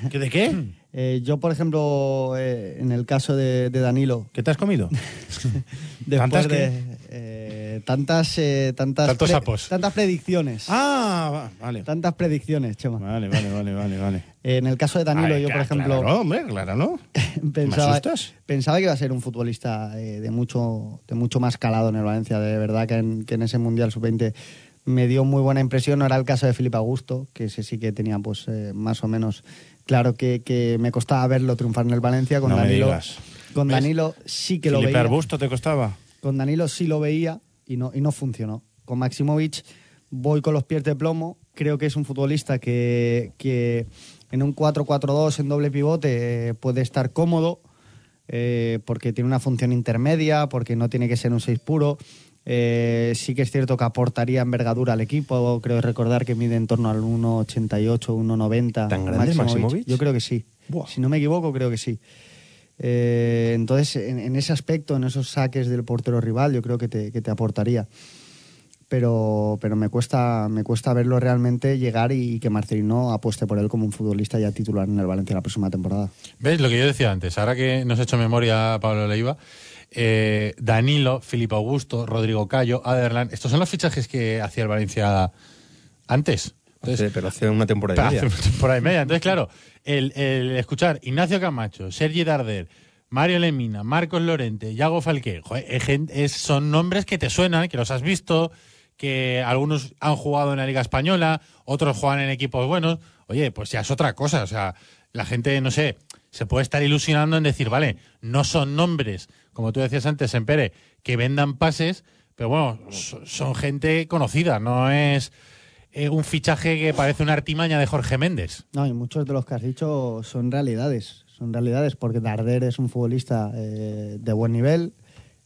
S4: no.
S2: ¿Que ¿De qué?
S4: Eh, yo, por ejemplo, eh, en el caso de, de Danilo,
S2: ¿Qué te has comido?
S4: después
S2: ¿Tantas
S4: de
S2: qué?
S4: eh, tantas, eh, tantas,
S1: Tantos sapos.
S4: tantas predicciones,
S2: Ah, va- vale.
S4: tantas predicciones, Chema.
S2: Vale, vale, vale, vale, vale. Ah,
S4: Eh, en el caso de Danilo, yo, por ejemplo,
S2: Claro, hombre, claro, ¿no? ¿Me
S4: pensaba,
S2: asustas?
S4: pensaba que iba a ser un futbolista eh, de, mucho, de mucho más calado en el Valencia. De verdad que en, que en ese Mundial Sub-20 me dio muy buena impresión. No era el caso de Felipe Augusto, que ese sí que tenía pues eh, más o menos claro que, que me costaba verlo triunfar en el Valencia. Con
S2: No me
S4: Danilo,
S2: digas.
S4: Con Danilo sí que lo
S2: Felipe
S4: veía.
S2: Arbusto te costaba.
S4: Con Danilo sí lo veía y no, y no funcionó. Con Maximovic voy con los pies de plomo. Creo que es un futbolista que, que en un 4-4-2, en doble pivote, eh, puede estar cómodo eh, porque tiene una función intermedia, porque no tiene que ser un 6 puro. Eh, sí que es cierto que aportaría envergadura al equipo. Creo recordar que mide en torno al 1,88, 1,90.
S3: ¿Tan grande es Maximovic?
S4: Yo creo que sí.
S3: Buah.
S4: Si no me equivoco, creo que sí. Eh, entonces, en, en ese aspecto, en esos saques del portero rival, yo creo que te, que te aportaría. Pero, pero me, cuesta, me cuesta verlo realmente llegar y, que Marcelino apueste por él como un futbolista ya titular en el Valencia la próxima temporada.
S1: ¿Ves lo que yo decía antes? Ahora que nos ha hecho memoria Pablo Leiva, eh, Danilo, Filipe Augusto, Rodrigo Cayo, Aderland, estos son los fichajes que hacía el Valencia antes. Entonces,
S3: Hace- pero hace una temporada. y
S1: Hace
S3: media.
S1: una temporada y media. Entonces, claro, el, el escuchar Ignacio Camacho, Sergi Darder, Mario Lemina, Marcos Lorente, Yago Falqué, joder, es gen- es- son nombres que te suenan, que los has visto, que algunos han jugado en la Liga Española, otros juegan en equipos buenos. Oye, pues ya es otra cosa. O sea, la gente, no sé, se puede estar ilusionando en decir, vale, no son nombres, como tú decías antes, Empere, que vendan pases, pero bueno, so- son gente conocida, no es eh, un fichaje que parece una artimaña de Jorge Méndez.
S4: No, y muchos de los que has dicho son realidades. Son realidades porque Darder es un futbolista eh, de buen nivel.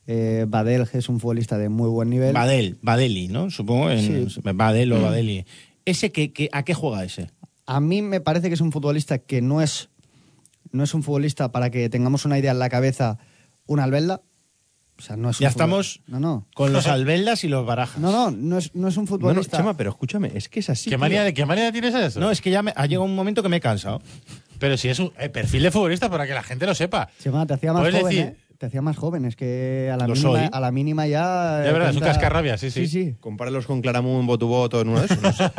S4: Eh, Badelge es un futbolista de muy buen nivel.
S2: Badel, Badeli, ¿no? Supongo. En,
S4: Sí.
S2: Badel o Badeli. ¿Ese que, que- a qué juega ese?
S4: A mí me parece que es un futbolista que no es, no es un futbolista para que tengamos una idea en la cabeza, una albelda. O sea, no es un
S2: Ya
S4: futbol-
S2: estamos
S4: No, no.
S2: Con los albeldas y los barajas.
S4: No, no, no es, no es un
S3: No, no,
S4: futbolista.
S3: Chema, pero escúchame, es que es así.
S1: ¿Qué,
S3: tío.
S1: manía, de- ¿Qué manía tienes de eso?
S2: No, es que ya me, ha llegado un momento que me he cansado.
S1: Pero si es un eh, perfil de futbolista para que la gente lo sepa.
S4: Chema, te hacía más
S1: Puedes
S4: joven,
S1: decir-
S4: ¿eh? Te hacía más joven, es que a la,
S2: Lo
S4: mínima,
S2: soy.
S4: a la mínima ya...
S1: De verdad, es un
S4: cuenta-
S1: cascarrabias, sí, sí.
S4: Sí, sí.
S3: Compáralos con Claramun, Botuboto, en uno de esos. no sé.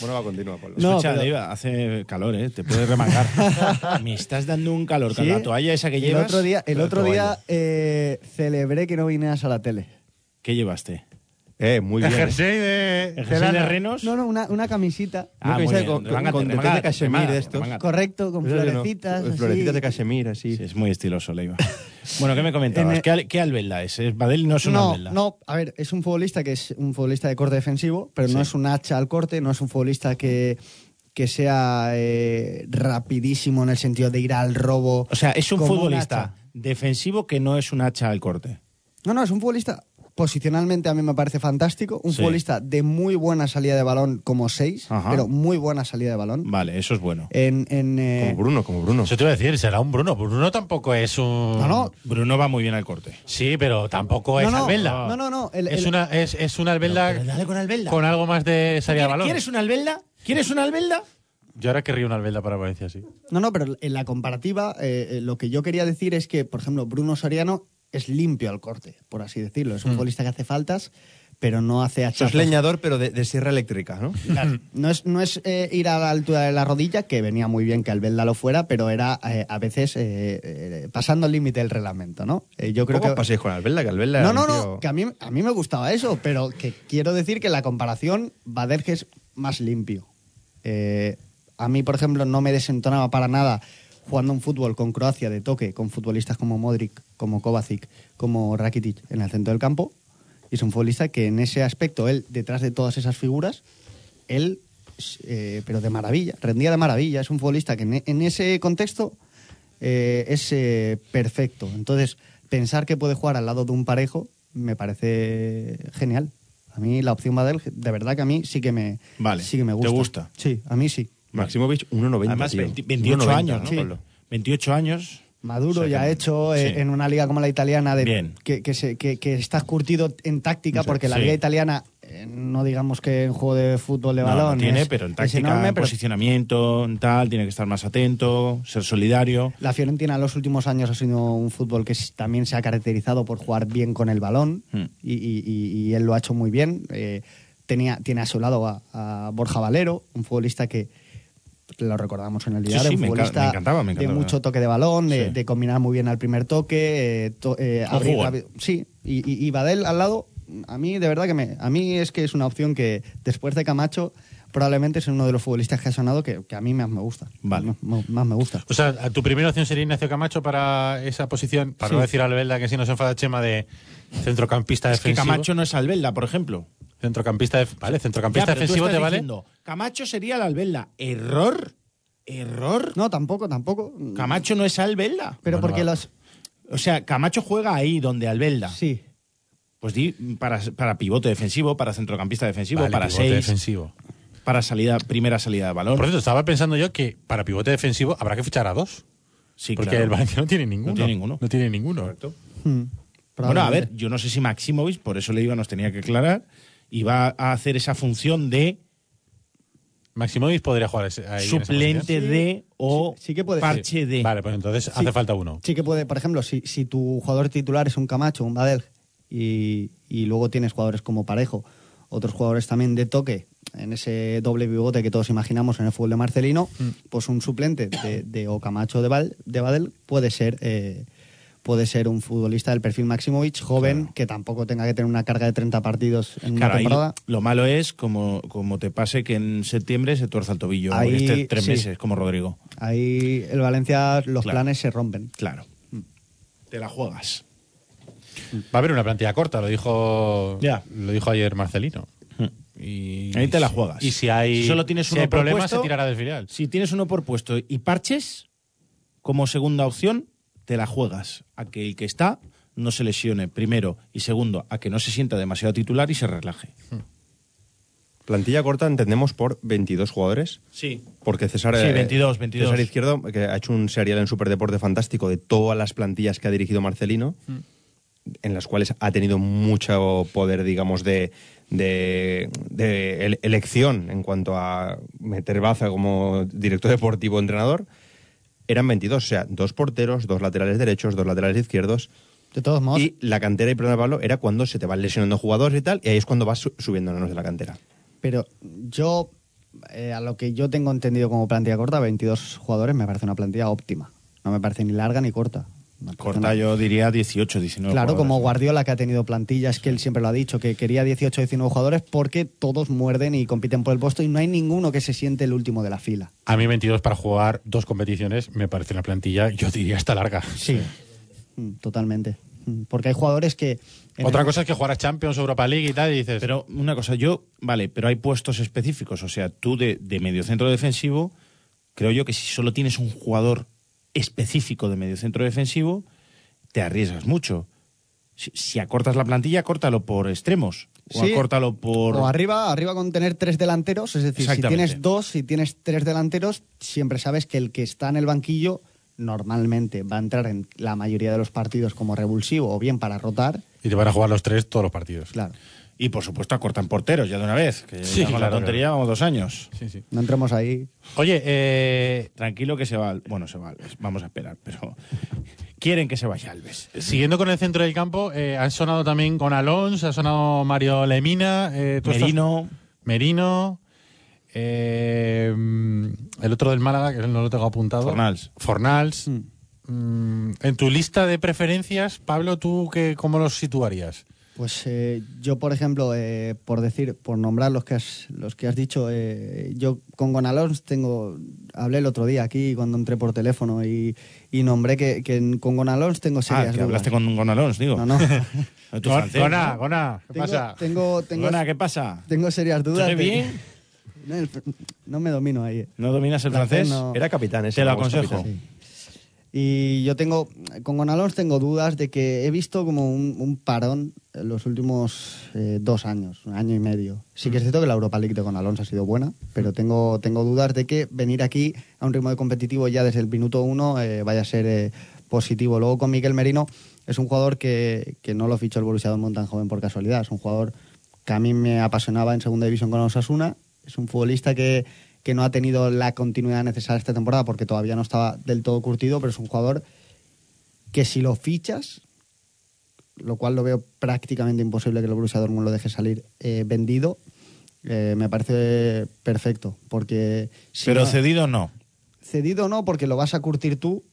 S3: bueno, va, continúa, Pablo.
S4: No,
S2: Escucha,
S4: pero-
S2: Leiva, hace calor, ¿eh? Te puedes remangar. me estás dando un calor con
S4: Sí.
S2: la toalla esa que llevas.
S4: El otro día, el
S2: La
S4: otro
S2: toalla.
S4: día eh, celebré que no vinieras a la tele.
S2: ¿Qué llevaste?
S3: Eh, muy bien.
S1: Jersey de, de
S2: ¿Jersey de
S1: lana.
S2: renos?
S4: No, no, una, una camisita.
S2: Ah,
S3: No,
S2: muy
S3: que sea
S2: bien.
S3: con- con-
S2: Remángate,
S3: con
S2: remángate,
S3: de cachemir
S2: remángate,
S3: estos.
S2: remángate.
S4: Correcto, con
S3: Eso sí, ¿no?
S4: florecitas. así.
S3: Florecitas de cachemir, así.
S2: Sí, es muy estiloso, Leiva. bueno, ¿qué me comentabas?
S4: En el-
S2: ¿Qué, al- qué albelda es? ¿Es- Badel no es una
S4: no,
S2: albelda.
S4: no, a ver, es un futbolista que es un futbolista de corte defensivo, pero no
S2: Sí.
S4: es un hacha al corte, no es un futbolista que, que sea eh, rapidísimo en el sentido de ir al robo.
S2: O sea, es un
S4: como
S2: futbolista
S4: hacha.
S2: defensivo que no es un hacha al corte.
S4: no, no, es un futbolista Posicionalmente a mí me parece fantástico. Un
S2: Sí.
S4: futbolista de muy buena salida de balón como 6,
S2: Ajá.
S4: pero muy buena salida de balón.
S2: Vale, eso es bueno.
S4: En, en, eh,
S3: Como Bruno, como Bruno.
S1: Eso te iba a decir, será un Bruno. Bruno tampoco es un.
S4: No, no.
S2: Bruno va muy bien al corte.
S1: Sí, pero tampoco es
S4: no, no,
S1: Albelda.
S4: no, no, no, el-
S1: es,
S4: el-
S1: una, es, es una Albelda
S2: con Albelda.
S1: con algo más de salida de balón.
S2: una Albelda? ¿Quieres una Albelda?
S1: Yo ahora querría una Albelda para Valencia, sí.
S4: No, no, pero en la comparativa eh, eh, lo que yo quería decir es que, por ejemplo, Bruno Soriano es limpio al corte, por así decirlo. Es un futbolista que hace faltas, pero no hace
S3: Mm. Eso es
S4: hachazos.
S3: leñador, pero de, de sierra eléctrica, ¿no?
S4: Claro. No es, no es eh, ir a la altura de la rodilla, que venía muy bien que Albelda lo fuera, pero era eh, a veces eh, eh, pasando el límite del reglamento, ¿no? Eh, yo creo
S3: ¿Cómo
S4: que...
S3: os paséis con Albelda? Que Albelda
S4: No,
S3: era
S4: no,
S3: un
S4: no,
S3: tío-
S4: que a mí, a mí me gustaba eso, pero que quiero decir que la comparación, Baderje es más limpio. Eh, a mí, por ejemplo, no me desentonaba para nada jugando un fútbol con Croacia de toque, con futbolistas como Modric, como Kovacic, como Rakitic en el centro del campo. Y es un futbolista que en ese aspecto, él, detrás de todas esas figuras, él, eh, pero de maravilla, rendía de maravilla. Es un futbolista que en, en ese contexto eh, es eh, perfecto. Entonces, pensar que puede jugar al lado de un parejo me parece genial. A mí la opción Badel, de verdad que a mí sí que me,
S2: Vale.
S4: sí que me
S2: ¿Te
S4: gusta.
S2: gusta?
S4: Sí, a mí sí.
S3: Maximovic, 1,90.
S2: Además,
S3: tío.
S2: 20 28
S3: 1,90,
S2: años, ¿no?
S3: Sí.
S2: Pablo? 28 años.
S4: Maduro
S2: O sea,
S4: ya
S2: que-
S4: ha hecho eh,
S2: sí.
S4: en una liga como la italiana de,
S2: Bien.
S4: Que, que, se- que- que estás curtido en táctica,
S2: O sea,
S4: porque la
S2: sí.
S4: liga italiana, eh, no digamos que en juego de fútbol de
S2: No, no
S4: balón.
S2: tiene,
S4: es-
S2: pero en
S4: es
S2: táctica,
S4: enorme,
S2: en
S4: pero
S2: posicionamiento, en tal, tiene que estar más atento, ser solidario.
S4: La Fiorentina en los últimos años ha sido un fútbol que s- también se ha caracterizado por jugar bien con el balón
S2: Hmm.
S4: y, y- y- y él lo ha hecho muy bien. Eh, tenía, tiene a su lado a, a Borja Valero, un futbolista que lo recordamos en el día
S2: Sí, sí,
S4: un
S2: me enca-
S4: futbolista
S2: me encantaba, me encantaba.
S4: de mucho toque de balón, de,
S2: Sí.
S4: de combinar muy bien al primer toque, eh, to- eh,
S2: Un
S4: abrir
S2: jugador.
S4: rápido. Sí, y, y, y Badel al lado, a mí de verdad que me, a mí es que es una opción que después de Camacho probablemente es uno de los futbolistas que ha sonado que, que a mí más me gusta.
S2: Vale.
S4: Más- más me gusta.
S1: O sea, tu primera opción sería Ignacio Camacho para esa posición, para
S4: Sí.
S1: no decir a Albelda que si nos enfada Chema de centrocampista
S2: Es que
S1: defensivo.
S2: Camacho no es Albelda, por ejemplo.
S1: Centrocampista, def- vale,
S2: Ya,
S1: centrocampista
S2: pero tú
S1: defensivo
S2: estás
S1: te vale.
S2: diciendo, Camacho sería la Albelda. ¿Error? ¿Error?
S4: No, tampoco, tampoco.
S2: Camacho no es Albelda.
S4: Pero
S1: Bueno,
S4: porque
S1: va.
S4: los.
S2: O sea, Camacho juega ahí donde Albelda.
S4: Sí.
S2: Pues di para, para pivote defensivo, para centrocampista defensivo,
S1: Vale,
S2: para
S1: pivote
S2: seis,
S1: defensivo.
S2: para salida, primera salida de balón.
S1: Por cierto, estaba pensando yo que para pivote defensivo habrá que fichar a dos.
S2: sí,
S1: porque
S2: claro.
S1: el Valencia no tiene ninguno.
S2: tiene ninguno.
S1: No tiene ninguno.
S4: Mm,
S2: Bueno, a ver,
S4: probablemente.
S2: yo no sé si Maximovic, por eso le iba, nos tenía que aclarar, iba a hacer esa función de
S1: Maximovic podría jugar ese- ahí en esa
S2: suplente de o
S4: sí que puede ser.
S2: parche de.
S1: posición. Vale, pues entonces hace falta uno.
S4: Sí que puede, por ejemplo, si, si tu jugador titular es un Camacho, un Badel, y, y luego tienes jugadores como Parejo, otros jugadores también de toque, en ese doble bigote que todos imaginamos en el fútbol de Marcelino,
S2: Hmm.
S4: pues un suplente de, de o Camacho o de, Val- de Badel puede ser. eh, Puede ser un futbolista del perfil Maximovic, joven, que tampoco tenga que tener una carga de 30 partidos
S2: Claro,
S4: en una
S2: ahí
S4: temporada.
S2: lo malo es como, como te pase que en septiembre se tuerza el tobillo
S4: Ahí,
S2: y esté tres
S4: sí.
S2: meses, como Rodrigo.
S4: Ahí el Valencia, los
S2: Claro.
S4: planes se rompen.
S2: Claro. Te la juegas.
S1: Va a haber una plantilla corta, lo dijo
S2: Ya. Hmm.
S1: lo dijo ayer Marcelino. Y,
S2: Ahí te la juegas.
S1: Y si hay,
S2: Si solo tienes
S1: si
S2: uno
S1: hay problemas,
S2: propuesto-
S1: se tirará del filial.
S2: Si tienes uno por puesto y parches, como segunda opción, te la juegas a que el que está no se lesione, primero, y segundo, a que no se sienta demasiado titular y se relaje.
S3: Plantilla corta entendemos por 22 jugadores.
S2: Sí.
S3: Porque César,
S2: Sí,
S3: eh,
S2: 22, 22.
S3: César Izquierdo, que ha hecho un serial en Superdeporte fantástico de todas las plantillas que ha dirigido Marcelino, en las cuales ha tenido mucho poder, digamos, de, de, de ele- elección en cuanto a meter baza como director deportivo entrenador. Eran 22, o sea, dos porteros, dos laterales derechos, dos laterales izquierdos.
S4: De todos modos,
S3: Y la cantera, y perdona Pablo, era cuando se te van lesionando jugadores y tal, y ahí es cuando vas su- subiendo los de la cantera.
S4: pero yo, eh, a lo que yo tengo entendido como plantilla corta, 22 jugadores me parece una plantilla óptima. No me parece ni larga ni corta. Me parece
S2: Corta,
S4: una-
S2: yo diría 18, 19.
S4: Claro, como
S2: jugadores.
S4: Guardiola que ha tenido plantillas, que él siempre lo ha dicho, que quería 18 19 jugadores porque todos muerden y compiten por el puesto y no hay ninguno que se siente el último de la fila.
S1: A mí 22 para jugar dos competiciones me parece una plantilla, yo diría, hasta larga.
S4: Sí. Mm, Totalmente. Mm, Porque hay jugadores que... en
S1: Otra
S4: el-
S1: cosa es que jugar a Champions, Europa League y tal, y dices...
S2: Pero una cosa, yo, vale, pero hay puestos específicos. O sea, tú de, de mediocentro defensivo, creo yo que si solo tienes un jugador específico de mediocentro defensivo, te arriesgas mucho. Si, si acortas la plantilla, córtalo por extremos. O
S4: Sí.
S2: acórtalo por.
S4: O arriba, arriba con tener tres delanteros, es decir, si
S2: Exactamente.
S4: tienes dos, si tienes tres delanteros, siempre sabes que el que está en el banquillo normalmente va a entrar en la mayoría de los partidos como revulsivo o bien para rotar.
S1: Y te van a jugar los tres todos los partidos.
S4: Claro,
S2: Y por supuesto, acortan porteros ya de una vez. Que
S1: Sí,
S2: ya con la
S1: claro,
S2: tontería vamos dos años.
S1: Sí, sí.
S4: no entremos ahí.
S1: Oye, eh,
S2: Tranquilo que se va. Al- Bueno, se va. Alves, Vamos a esperar, pero. Quieren que se vaya Alves.
S1: Siguiendo con el centro del campo, eh, han sonado también con Alonso, ha sonado Mario Lemina, eh, tú estás-
S2: Merino.
S1: Merino, eh, mm, el otro del Málaga, que no lo tengo apuntado.
S2: Fornals.
S1: Fornals. Mm, en tu lista de preferencias, Pablo, ¿tú qué, cómo los situarías?
S4: Pues eh, yo, por ejemplo, eh, por decir, por nombrar los que has, los que has dicho, eh, yo con Gonalons tengo, hablé el otro día aquí cuando entré por teléfono y, y nombré que, que en- con Gonalons tengo
S2: Ah,
S4: serias
S2: que
S4: dudas.
S2: hablaste con, con Alonso, digo.
S4: No, no.
S2: Tú
S1: Gon-
S2: francés,
S1: Gona,
S2: ¿no?
S1: Gona, ¿qué
S4: tengo,
S1: pasa?
S4: Tengo, tengo,
S2: Gona, ¿qué pasa?
S4: tengo serias dudas.
S2: ¿Estás
S4: de-
S2: bien?
S4: No, el- no me domino ahí. eh.
S2: ¿No dominas el
S4: Francés
S2: francés?
S4: no.
S3: Era capitán ese.
S2: Te lo
S3: luego es
S2: aconsejo.
S3: capitán.
S4: Y yo tengo, con Gonalons tengo dudas de que he visto como un, un parón en los últimos eh, dos años, un año y medio. Sí que es cierto que la Europa League de Gonalons ha sido buena, pero tengo, tengo dudas de que venir aquí a un ritmo de competitivo ya desde el minuto uno eh, vaya a ser eh, positivo. Luego con Miquel Merino es un jugador que, que no lo fichó el Borussia Dortmund tan joven por casualidad, es un jugador que a mí me apasionaba en segunda división con Osasuna. Es un futbolista que, que no ha tenido la continuidad necesaria esta temporada porque todavía no estaba del todo curtido, pero es un jugador que si lo fichas, lo cual lo veo prácticamente imposible que el Borussia Dortmund lo deje salir eh, vendido, eh, me parece perfecto. Porque si
S2: Pero
S4: no-
S2: cedido no.
S4: cedido no, porque lo vas a curtir tú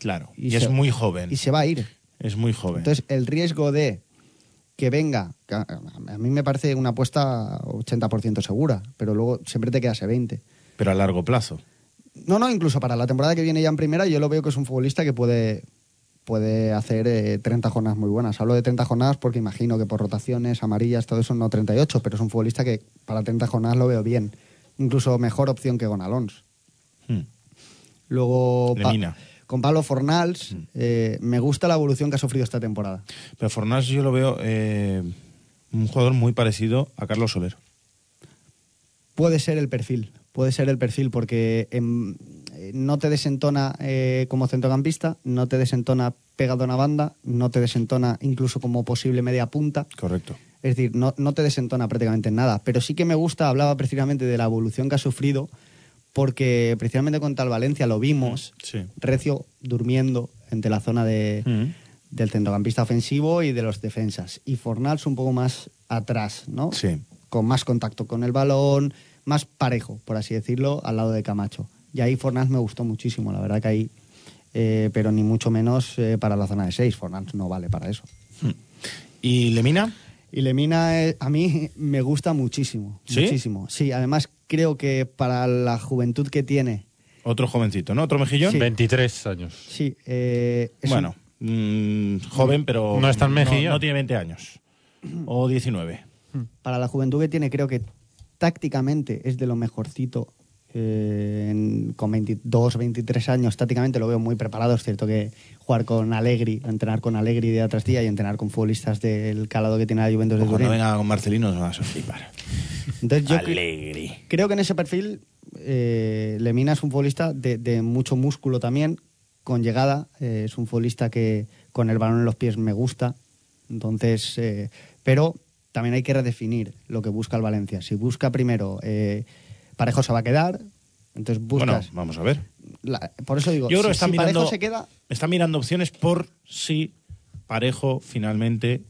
S2: Claro.
S4: Y
S2: Y,
S4: se-
S2: es muy joven.
S4: y se va a ir.
S2: Es muy joven.
S4: Entonces, el riesgo de que venga, que a a mí me parece una apuesta 80% segura, pero luego siempre te quedas a 20.
S2: pero a largo plazo.
S4: No, no, incluso para la temporada que viene ya en primera, yo lo veo que es un futbolista que puede, puede hacer eh, 30 jornadas muy buenas. Hablo de 30 jornadas porque imagino que por rotaciones, amarillas, todo eso no 38, pero es un futbolista que para 30 jornadas lo veo bien. Incluso mejor opción que con Alonso.
S2: Hmm.
S4: Luego, pa-
S2: Lemina.
S4: con Pablo Fornals, eh, me gusta la evolución que ha sufrido esta temporada.
S2: Pero Fornals yo lo veo eh, un jugador muy parecido a Carlos Soler.
S4: Puede ser el perfil, puede ser el perfil, porque em, eh, no te desentona eh, como centrocampista, no te desentona pegado a una banda, no te desentona incluso como posible media punta.
S2: Correcto.
S4: Es decir, no, no te desentona prácticamente en nada. Pero sí que me gusta, hablaba precisamente de la evolución que ha sufrido, porque precisamente contra el Valencia lo vimos,
S2: Mm, Sí.
S4: recio durmiendo entre la zona de,
S2: Mm.
S4: del centrocampista ofensivo y de los defensas. Y Fornals un poco más atrás, ¿no?
S2: Sí.
S4: Con más contacto con el balón, más parejo, por así decirlo, al lado de Camacho. Y ahí Fornals me gustó muchísimo, la verdad que ahí, eh, pero ni mucho menos eh, para la zona de seis. Fornals no vale para eso.
S2: ¿Y Lemina?
S4: Y Lemina eh, a mí me gusta muchísimo.
S2: ¿Sí?
S4: Muchísimo. Sí, además creo que para la juventud que tiene,
S2: Otro jovencito, ¿no? Otro mejillón.
S1: 23 años.
S4: sí. eh, es un-
S2: Bueno, mm, joven, pero.
S1: No es tan mejillón.
S2: No, no tiene 20 años. O 19.
S4: para la juventud que tiene, creo que tácticamente es de lo mejorcito. eh, en- con 22, 23 años, tácticamente lo veo muy preparado. Es cierto que jugar con Allegri, entrenar con Allegri de atrás día y entrenar con futbolistas del calado que tiene la Juventus de
S2: Cuando
S4: Turín.
S2: venga con Marcelino nos vas a flipar.
S4: Entonces, yo cre-
S2: Alegre.
S4: Creo que en ese perfil eh, Lemina es un futbolista de, de mucho músculo también, con llegada. eh, es un futbolista que con el balón en los pies me gusta. Entonces, eh, pero también hay que redefinir lo que busca el Valencia. Si busca primero eh, Parejo se va a quedar, entonces
S2: Bueno,
S4: buscas.
S2: vamos a ver.
S4: la- por eso digo,
S2: Yo creo
S4: si,
S2: que está
S4: si
S2: mirando.
S4: Parejo se queda,
S2: Está mirando opciones por si Parejo finalmente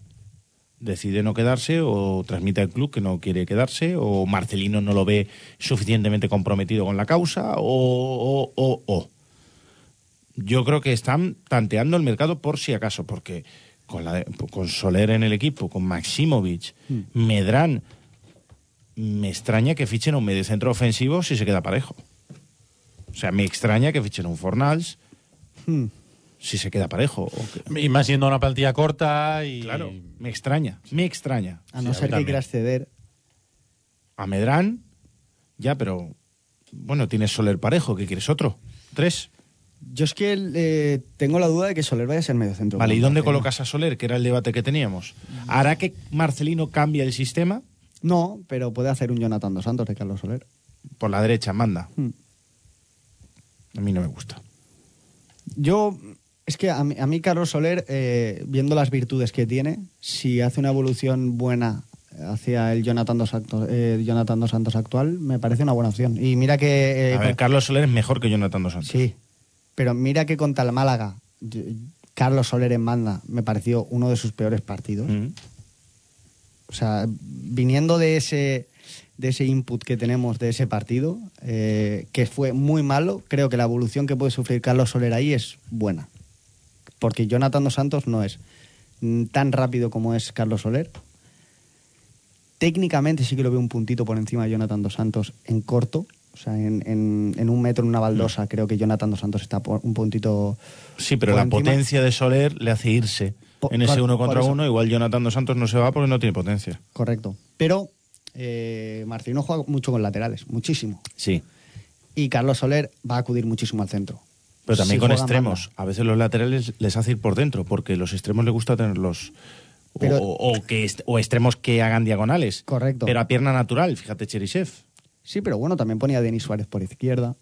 S2: decide no quedarse o transmite al club que no quiere quedarse o Marcelino no lo ve suficientemente comprometido con la causa o, o, o, o. Yo creo que están tanteando el mercado por si acaso, porque con, la, con Soler en el equipo, con Maximovic,
S4: Hmm.
S2: Medrán, me extraña que fichen a un mediocentro ofensivo si se queda parejo. O sea, me extraña que fichen a un Fornals
S4: hmm,
S2: si se queda parejo. o que-
S1: Y más siendo una plantilla corta y...
S2: Claro, me extraña, me extraña.
S1: Sí,
S4: a
S1: a
S4: no
S1: mí
S4: ser que
S1: también.
S4: quieras ceder,
S2: A Medrán, ya, pero bueno, tienes Soler parejo, ¿qué quieres otro? ¿Tres?
S4: Yo es que eh, tengo la duda de que Soler vaya a ser medio centro. eh,
S2: Vale, ¿y dónde
S4: Marcelino.
S2: colocas a Soler? Que era el debate que teníamos. ¿Hará que Marcelino cambie el sistema?
S4: No, pero puede hacer un Jonathan dos Santos de Carlos Soler.
S2: Por la derecha, manda.
S4: Hmm.
S2: A mí no me gusta.
S4: Yo, es que a mí, a mí Carlos Soler, eh, viendo las virtudes que tiene, si hace una evolución buena hacia el Jonathan dos, Santos- eh, Jonathan dos Santos actual, me parece una buena opción. Y mira que... eh,
S2: A ver,
S4: con-
S2: Carlos Soler es mejor que Jonathan Dos Santos.
S4: sí, pero mira que contra el Málaga, yo- Carlos Soler en manda me pareció uno de sus peores partidos.
S2: Mm.
S4: O sea, viniendo de ese, de ese input que tenemos de ese partido, eh, que fue muy malo, creo que la evolución que puede sufrir Carlos Soler ahí es buena. Porque Jonathan Dos Santos no es mm, tan rápido como es Carlos Soler. Técnicamente sí que lo veo un puntito por encima de Jonathan Dos Santos en corto. O sea, en, en- en un metro, en una baldosa, creo que Jonathan Dos Santos está por- un puntito...
S2: Sí, pero
S4: por
S2: la
S4: encima.
S2: potencia de Soler le hace irse.
S4: Po-
S2: en ese
S4: por-
S2: uno contra
S4: por eso.
S2: uno, igual Jonathan Dos Santos no se va porque no tiene potencia.
S4: Correcto. Pero eh, Marcelino juega mucho con laterales, muchísimo.
S2: Sí.
S4: y Carlos Soler va a acudir muchísimo al centro.
S2: Pero también
S4: Si
S2: con
S4: juega
S2: extremos.
S4: banda.
S2: A veces los laterales les hace ir por dentro, porque los extremos les gusta tenerlos. o-
S4: Pero-
S2: o, o que est- o extremos que hagan diagonales.
S4: Correcto.
S2: Pero a pierna natural, fíjate, Cherisev.
S4: Sí, pero bueno, también ponía a Denis Suárez por izquierda.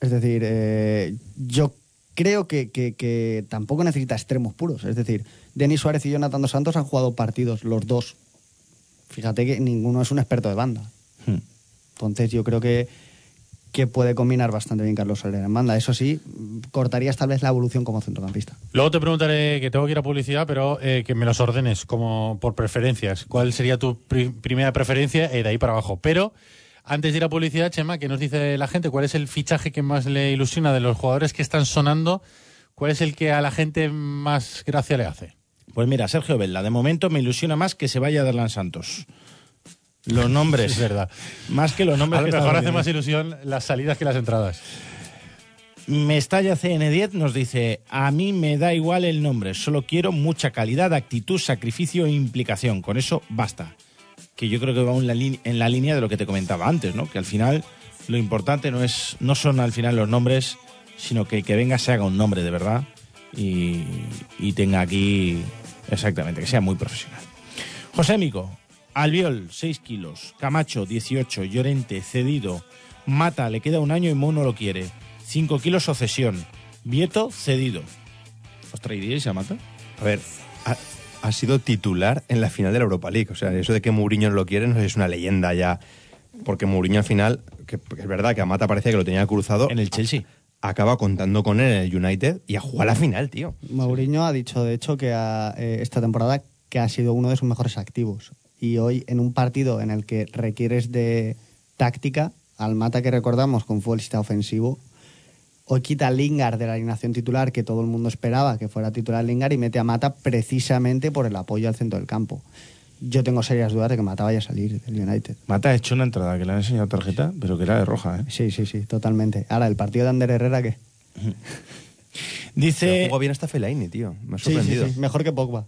S4: Es decir, eh, yo creo que, que- que tampoco necesita extremos puros. Es decir, Denis Suárez y Jonathan Dos Santos han jugado partidos, los dos. Fíjate que ninguno es un experto de banda.
S2: Hmm.
S4: Entonces yo creo que, que puede combinar bastante bien Carlos Soler en banda. Eso sí, mm, cortarías tal vez la evolución como centrocampista.
S1: Luego te preguntaré, que tengo que ir a publicidad, pero eh, que me los ordenes como por preferencias. ¿Cuál sería tu pri- primera preferencia? Eh, de ahí para abajo. Pero antes de ir a publicidad, Chema, que nos dice la gente cuál es el fichaje que más le ilusiona de los jugadores que están sonando, cuál es el que a la gente más gracia le hace.
S2: Pues mira, Sergio Vela, de momento me ilusiona más que se vaya Darlan Santos. Los nombres.
S1: Es verdad.
S2: Más que los nombres
S1: A lo
S2: que
S1: mejor
S2: estaban
S1: hace más
S2: diciendo.
S1: ilusión las salidas que las entradas.
S2: Mestalla CN10 nos dice, a mí me da igual el nombre, solo quiero mucha calidad, actitud, sacrificio e implicación. Con eso basta. Que yo creo que va en la, lin- en la línea de lo que te comentaba antes, ¿no? Que al final lo importante no, es, no son al final los nombres, sino que el que venga se haga un nombre de verdad y, y tenga aquí, exactamente, que sea muy profesional. José Mico, Albiol, 6 kilos. Camacho, 18. Llorente, cedido. Mata, le queda un año y Mo no lo quiere. 5 kilos o cesión. Vieto, cedido. ¿Os traeríais a Mata?
S3: A ver, ha, ha sido titular en la final de la Europa League. O sea, eso de que Mourinho no lo quiere no sé, es una leyenda ya. Porque Mourinho al final, que que es verdad que Amata parecía que lo tenía cruzado.
S2: En el Chelsea.
S3: Acaba contando con él en el United y a jugar la final, tío.
S4: Mourinho ha dicho, de hecho, que ha- eh, esta temporada que ha sido uno de sus mejores activos. Y hoy, en un partido en el que requieres de táctica, al mata que recordamos con futbolista ofensivo, hoy quita a Lingard de la alineación titular que todo el mundo esperaba que fuera titular Lingard y mete a Mata precisamente por el apoyo al centro del campo. Yo tengo serias dudas de que Mata vaya a salir del United.
S2: Mata ha hecho una entrada que le han enseñado tarjeta, pero que era de roja, ¿eh?
S4: Sí, sí, sí, totalmente. Ahora, el partido de Ander Herrera, ¿qué?
S3: Pero
S2: Dice
S3: jugó bien hasta Fellaini, tío. Me ha
S4: Sí, sí,
S3: sorprendido.
S4: sí, mejor que Pogba.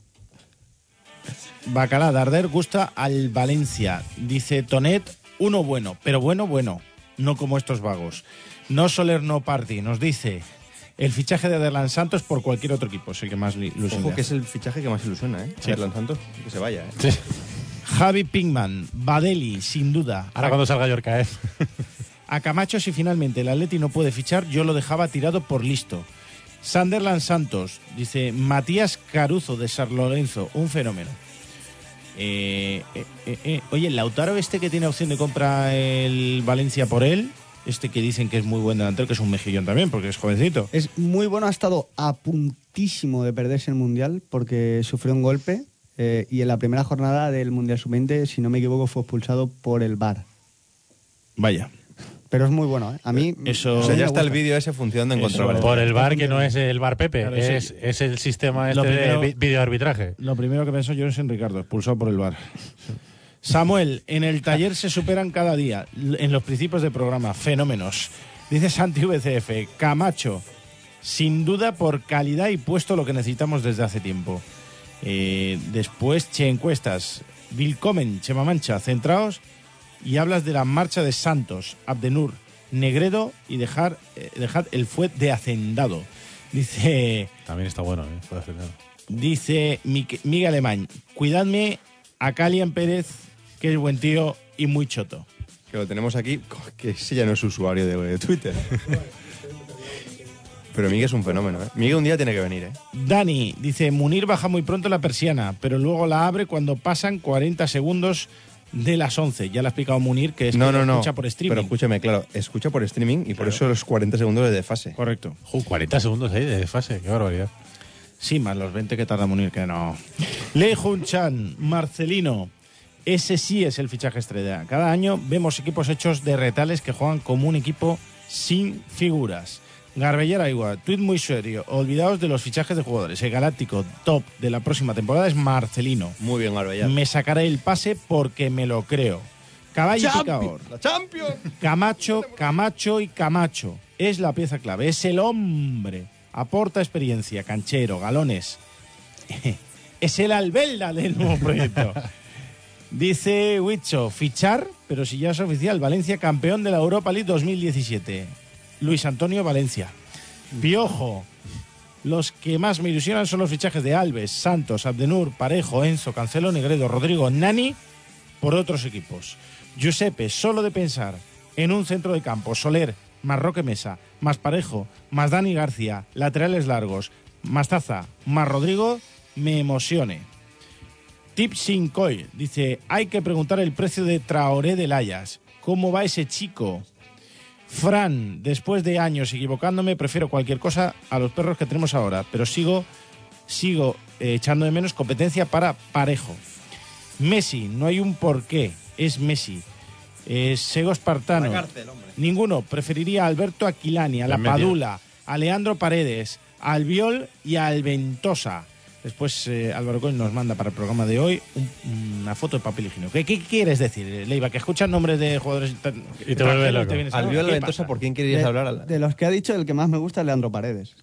S2: Bacalá, Darder gusta al Valencia. Dice Tonet, uno bueno, pero bueno, bueno. No como estos vagos. No Soler, no Party. Nos dice el fichaje de Aderlan Santos por cualquier otro equipo. Es el que más li- ilusión le
S3: Ojo que
S2: hace.
S3: es el fichaje que más ilusiona, ¿eh?
S2: Sí.
S3: Erlan Santos, que se vaya, ¿eh?
S2: Javi Pinkman, Badeli, sin duda.
S1: Ahora cuando salga Yorca, ¿eh?
S2: A Camacho, si finalmente el Atleti no puede fichar, yo lo dejaba tirado por listo. Sunderland Santos, dice Matías Caruzo de San Lorenzo, un fenómeno. Eh, eh, eh, eh. Oye, el Lautaro este que tiene opción de compra el Valencia por él, este que dicen que es muy buen delantero, que es un mejillón también, porque es jovencito.
S4: Es muy bueno, ha estado a puntísimo de perderse el Mundial porque sufrió un golpe eh, y en la primera jornada del Mundial Sub-20, si no me equivoco, fue expulsado por el VAR.
S2: Vaya.
S4: Pero es muy bueno, ¿eh? A mí...
S2: Eso-
S4: a mí
S3: O sea,
S4: me
S3: ya está el
S4: gusta.
S3: vídeo ese funcionando en
S2: Eso,
S3: contra.
S2: vale.
S3: Valencia.
S1: Por el bar que no es el bar Pepe,
S2: Claro,
S1: es,
S2: sí.
S1: es el sistema
S2: Lo
S1: este
S2: primero-
S1: de vi- videoarbitraje.
S2: Lo primero que pensó yo es en Ricardo, expulsado por el bar. Samuel, en el taller se superan cada día, l- en los principios del programa, fenómenos. Dice Santi VCF, Camacho, sin duda por calidad y puesto lo que necesitamos desde hace tiempo. Eh, después, Che Encuestas, Vilcomen, Chema Mancha, centraos y hablas de la marcha de Santos, Abdenur, Negredo y dejar, eh, dejad el fuet de hacendado. Dice,
S1: También está bueno, ¿eh? Puede hacer nada.
S2: dice Mique- Miguel Alemán, cuidadme a Calian Pérez, que es buen tío y muy choto.
S3: Que lo tenemos aquí, co- que ese ya no es usuario de, de Twitter. Pero Miguel es un fenómeno, ¿eh? Miguel un día tiene que venir, ¿eh?
S2: Dani dice, Munir baja muy pronto la persiana, pero luego la abre cuando pasan 40 segundos de las 11. Ya lo ha explicado Munir, que es
S3: no,
S2: que
S3: no,
S2: lo
S3: no.
S2: escucha por streaming.
S3: Pero escúchame, claro, escucha por streaming y por eso los 40 segundos de desfase.
S2: Correcto.
S1: Ju, 40 Uh, segundos ahí de fase, qué barbaridad.
S2: Sí, más los 20 que tarda Munir, que no. Lei Jun Chan, Marcelino. Ese sí es el fichaje estrella. Cada año vemos equipos hechos de retales que juegan como un equipo sin figuras. Garbellera igual, tweet muy serio. Olvidaos de los fichajes de jugadores. El galáctico top de la próxima temporada es Marcelino.
S3: Muy bien, Garbella.
S2: Me sacaré el pase porque me lo creo. Caballo y picador.
S3: ¡La Champions!
S2: Camacho, Camacho y Camacho. Es la pieza clave, es el hombre. Aporta experiencia, canchero, galones. es el albelda del nuevo proyecto. Dice Huicho, fichar, pero si ya es oficial, Valencia campeón de la Europa League 2017. Luis Antonio Valencia. Piojo. Los que más me ilusionan son los fichajes de Alves, Santos, Abdenur, Parejo, Enzo, Cancelo, Negredo, Rodrigo, Nani por otros equipos. Giuseppe, solo de pensar en un centro de campo, Soler, más Roque Mesa, más Parejo, más Dani García, laterales largos, más Taza, más Rodrigo, me emocione. Tip sin coy, dice, hay que preguntar el precio de Traoré del Ayas. ¿Cómo va ese chico? Fran, después de años equivocándome, prefiero cualquier cosa a los perros que tenemos ahora, pero sigo, sigo eh, echando de menos competencia para parejo. Messi, no hay un porqué, es Messi. Eh, Sego Espartano. Ninguno, preferiría a Alberto Aquilani, a La
S1: En medio.
S2: Padula, a Leandro Paredes, a Albiol y a Alventosa. Después eh, Álvaro Coy nos manda para el programa de hoy un- una foto de papel higiénico. ¿Qué, qué quieres decir, eh, Leiva? Que escuchas nombres de jugadores
S1: Y
S2: inter-
S1: te vuelve
S2: extranjeros
S1: loco.
S2: vienes
S3: Al
S2: ahora?
S3: viola
S2: ¿Qué
S3: ventosa,
S2: pasa?
S3: ¿por quién querías
S4: de,
S3: hablar? Al-
S4: de los que ha dicho, el que más me gusta es Leandro Paredes.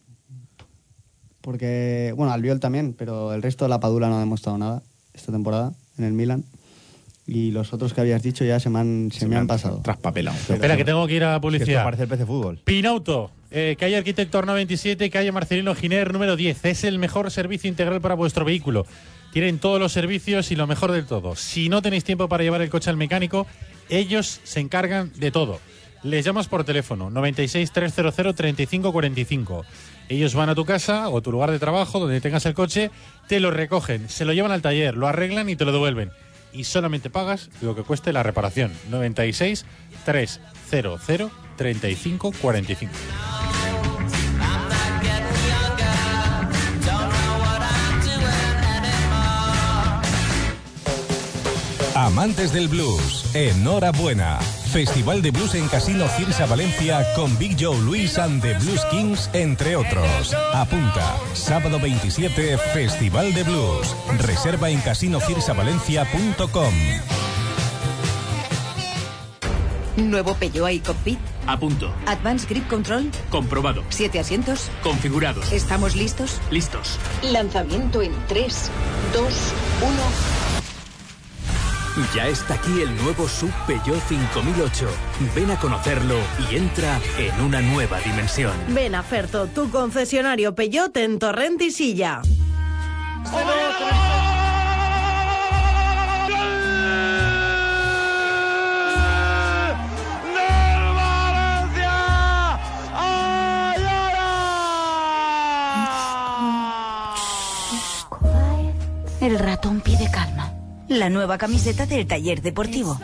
S4: Porque, bueno, Albiol también, pero el resto de la Padula no ha demostrado nada esta temporada en el Milan. Y los otros que habías dicho ya se me han, se me han pasado.
S2: Traspapelado.
S1: Espera, que tengo que ir a la
S3: Que esto
S1: publicidad.
S3: parece el PC Fútbol.
S1: Pinauto, eh, calle Arquitecto Arna 27, calle Marcelino Giner número 10. Es el mejor servicio integral para vuestro vehículo. Tienen todos los servicios y lo mejor del todo. Si no tenéis tiempo para llevar el coche al mecánico, ellos se encargan de todo. Les llamas por teléfono 96 300 3545. Ellos van a tu casa o tu lugar de trabajo, donde tengas el coche, te lo recogen, se lo llevan al taller, lo arreglan y te lo devuelven. Y solamente pagas lo que cueste la reparación. 96 300 3545.
S5: Amantes del blues, enhorabuena. Festival de blues en Casino Cirsa Valencia con Big Joe Luis and the Blues Kings, entre otros. Apunta, sábado 27, Festival de Blues. Reserva en casinocirsavalencia.com.
S6: Nuevo Peugeot y Cockpit.
S7: A punto.
S6: Advanced Grip Control.
S7: Comprobado.
S6: Siete asientos.
S7: Configurado.
S6: ¿Estamos listos?
S7: Listos.
S8: Lanzamiento en 3, 2, 1.
S7: Ya está aquí el nuevo Sub Peugeot 5008. Ven a conocerlo y entra en una nueva dimensión.
S9: Ven a Ferto, tu concesionario Peyote en Torrent y Silla.
S6: El ratón pide calma. La nueva camiseta del taller deportivo.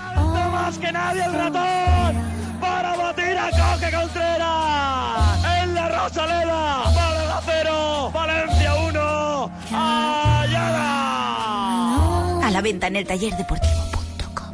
S6: A la venta en el tallerdeportivo.com.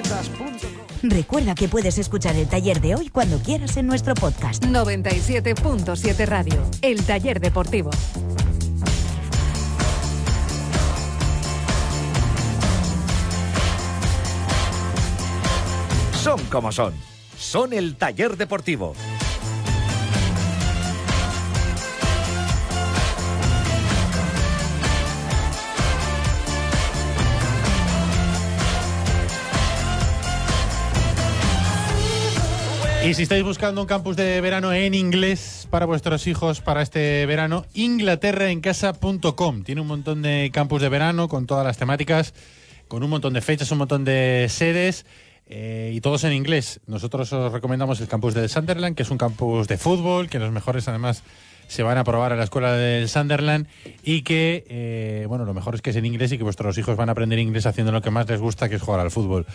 S6: Recuerda que puedes escuchar el taller de hoy cuando quieras en nuestro podcast.
S10: 97.7 Radio, el taller deportivo.
S11: Son como son. Son el taller deportivo.
S1: Y si estáis buscando un campus de verano en inglés para vuestros hijos para este verano, inglaterraencasa.com. Tiene un montón de campus de verano con todas las temáticas, con un montón de fechas, un montón de sedes eh, y todos en inglés. Nosotros os recomendamos el campus del Sunderland, que es un campus de fútbol, que los mejores además se van a probar a la escuela del Sunderland y que, eh, bueno, lo mejor es que es en inglés y que vuestros hijos van a aprender inglés haciendo lo que más les gusta, que es jugar al fútbol.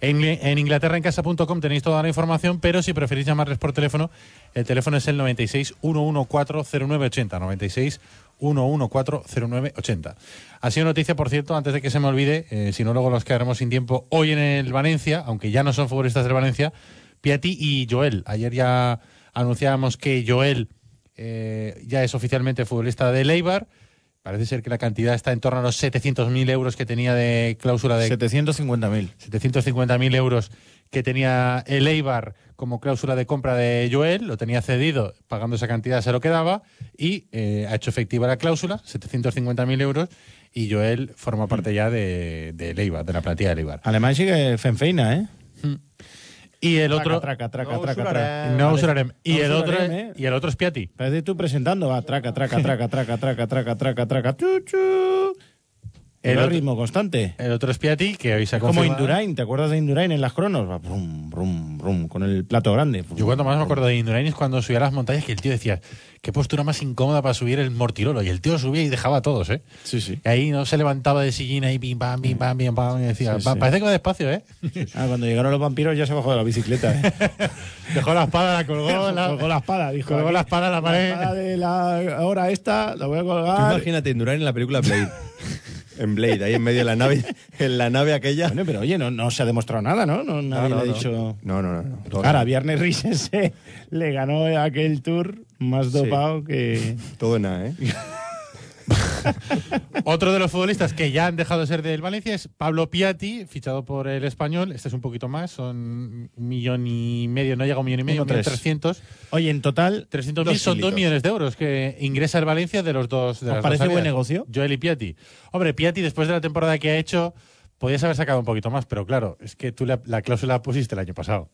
S1: En, en inglaterraencasa.com tenéis toda la información, pero si preferís llamarles por teléfono, el teléfono es el 96 114 0980, 96 1140980. Ha sido noticia, por cierto, antes de que se me olvide, eh, si no luego nos quedaremos sin tiempo, hoy en el Valencia, aunque ya no son futbolistas del Valencia, Piatti y Joel. Ayer ya anunciábamos que Joel eh, ya es oficialmente futbolista de Leibar. Parece ser que la cantidad está en torno a los 700.000 euros que tenía de cláusula de...
S2: 750.000.
S1: 750.000 euros que tenía el Eibar como cláusula de compra de Joel, lo tenía cedido, pagando esa cantidad se lo quedaba y eh, ha hecho efectiva la cláusula, 750.000 euros, y Joel forma parte ya de, de Eibar, de la plantilla de Eibar.
S2: Además sigue Fenfeina, ¿eh?
S1: Y el otro...
S2: Traca, traca, traca,
S1: No
S2: traca,
S1: usurarem.
S2: traca. ¿eh?
S1: No usurarem. Y el otro
S2: usurarem,
S1: es- y el otro es Piatti.
S2: Parece tú presentando, va, traca, traca, traca, traca, traca, traca, traca, traca, chu, chu.
S1: El
S2: El
S1: otro-
S2: ritmo constante.
S1: El otro es Piatti, que hoy se ha
S2: Como
S1: confirmado- ¿eh?
S2: Indurain, ¿te acuerdas de Indurain en las cronos? Va, brum, brum, brum, con el plato grande.
S1: Yo cuando más me acuerdo de Indurain es cuando subía a las montañas que el tío decía, qué postura más incómoda para subir el mortirolo. Y el tío subía y dejaba a todos, ¿eh?
S2: Sí, sí.
S1: Y ahí no se levantaba de sillín ahí, pim, pam, pim, pam, pim, pam. Y decía,
S2: Sí,
S1: "Va,
S2: sí.
S1: parece que va despacio, ¿eh?
S2: Ah, cuando llegaron los vampiros ya se bajó de la bicicleta. ¿eh?
S1: Dejó la espada, la colgó, la,
S2: Colgó la espada, dijo.
S1: colgó la espada a la pared.
S2: espada de la ahora esta la voy a colgar.
S3: Imagínate Indurain en la película Blade. en Blade, ahí en medio de la nave, en la nave aquella.
S2: Bueno, pero oye, no, no se ha demostrado nada, ¿no? No, nadie
S3: no,
S2: le ha
S3: no.
S2: dicho.
S3: No, no, no. no. Todo,
S2: Ahora, Viernes Rísense le ganó aquel tour más
S3: Sí.
S2: dopado que.
S3: todo nada, ¿eh?
S1: Otro de los futbolistas que ya han dejado de ser del Valencia es Pablo Piatti, fichado por el español. Este es un poquito más, son un millón y medio, no llega a un millón y medio,
S2: Uno
S1: un millón
S2: tres.
S1: trescientos.
S2: Oye, en total.
S1: 300.000
S2: dos
S1: son 2
S2: hilitos.
S1: millones de euros que ingresa el Valencia de los dos. De
S2: ¿Os
S1: las dos
S2: parece buen
S1: salidas.
S2: negocio?
S1: Joel y Piatti. Hombre, Piatti, después de la temporada que ha hecho, podías haber sacado un poquito más, pero claro, es que tú la, la cláusula pusiste el año pasado.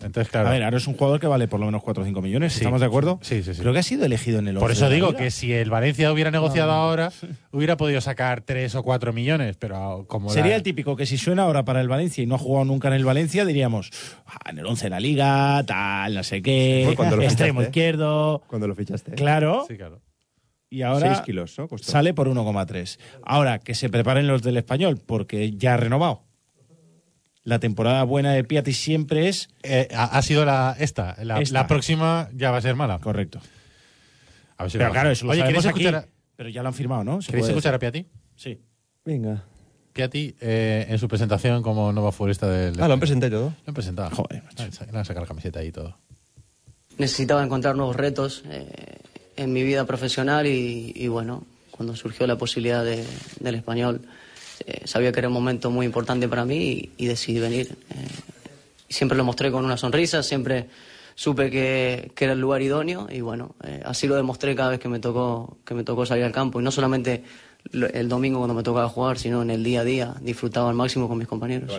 S1: Entonces, claro.
S2: A ver, ahora es un jugador que vale por lo menos 4 o 5 millones,
S1: Sí.
S2: ¿estamos de acuerdo?
S1: Sí, sí, sí.
S2: Creo que ha sido elegido en el
S1: por
S2: once
S1: eso
S2: de la
S1: digo
S2: liga.
S1: que si el Valencia hubiera negociado ahora, hubiera podido sacar 3 o 4 millones, pero ah, como la-
S2: Sería el típico que si suena ahora para el Valencia y no ha jugado nunca en el Valencia, diríamos, "Ah, en el 11 de la liga, tal, no sé qué,
S3: Fue cuando lo
S2: extremo
S3: fichaste, ¿eh?
S2: izquierdo.
S3: Cuando lo fichaste.
S2: Claro.
S1: Sí, claro.
S2: Y ahora
S3: 6 kilos, ¿no? Costó.
S2: sale por 1,3. Ahora, que se preparen los del español, porque ya ha renovado. La temporada buena de Piatti siempre es...
S1: Eh, ha sido la, esta, La,
S2: Esta.
S1: la próxima ya va a ser mala.
S2: Correcto.
S1: A ver si
S2: Pero
S1: lo
S2: claro,
S1: baja.
S2: eso lo
S1: Oye,
S2: sabemos
S1: ¿queréis
S2: aquí, Pues-
S1: escuchar, a-
S2: pero ya lo han firmado, ¿no? Se
S1: ¿queréis
S2: puede
S1: escuchar a
S2: decir.
S1: Piatti?
S2: Sí.
S3: Venga.
S1: Piatti eh, en su presentación como nueva futbolista del...
S3: Ah, lo han presentado y todo.
S1: Lo han presentado. Joder, Le han sacado la camiseta y todo.
S12: necesitaba encontrar nuevos retos eh, en mi vida profesional y, y bueno, cuando surgió la posibilidad de- del español, eh, sabía que era un momento muy importante para mí y, y decidí venir. Eh, siempre lo mostré con una sonrisa, siempre supe que, que era el lugar idóneo y bueno, eh, así lo demostré cada vez que me tocó, que me tocó salir al campo y no solamente lo- el domingo cuando me tocaba jugar, sino en el día a día, disfrutaba al máximo con mis compañeros.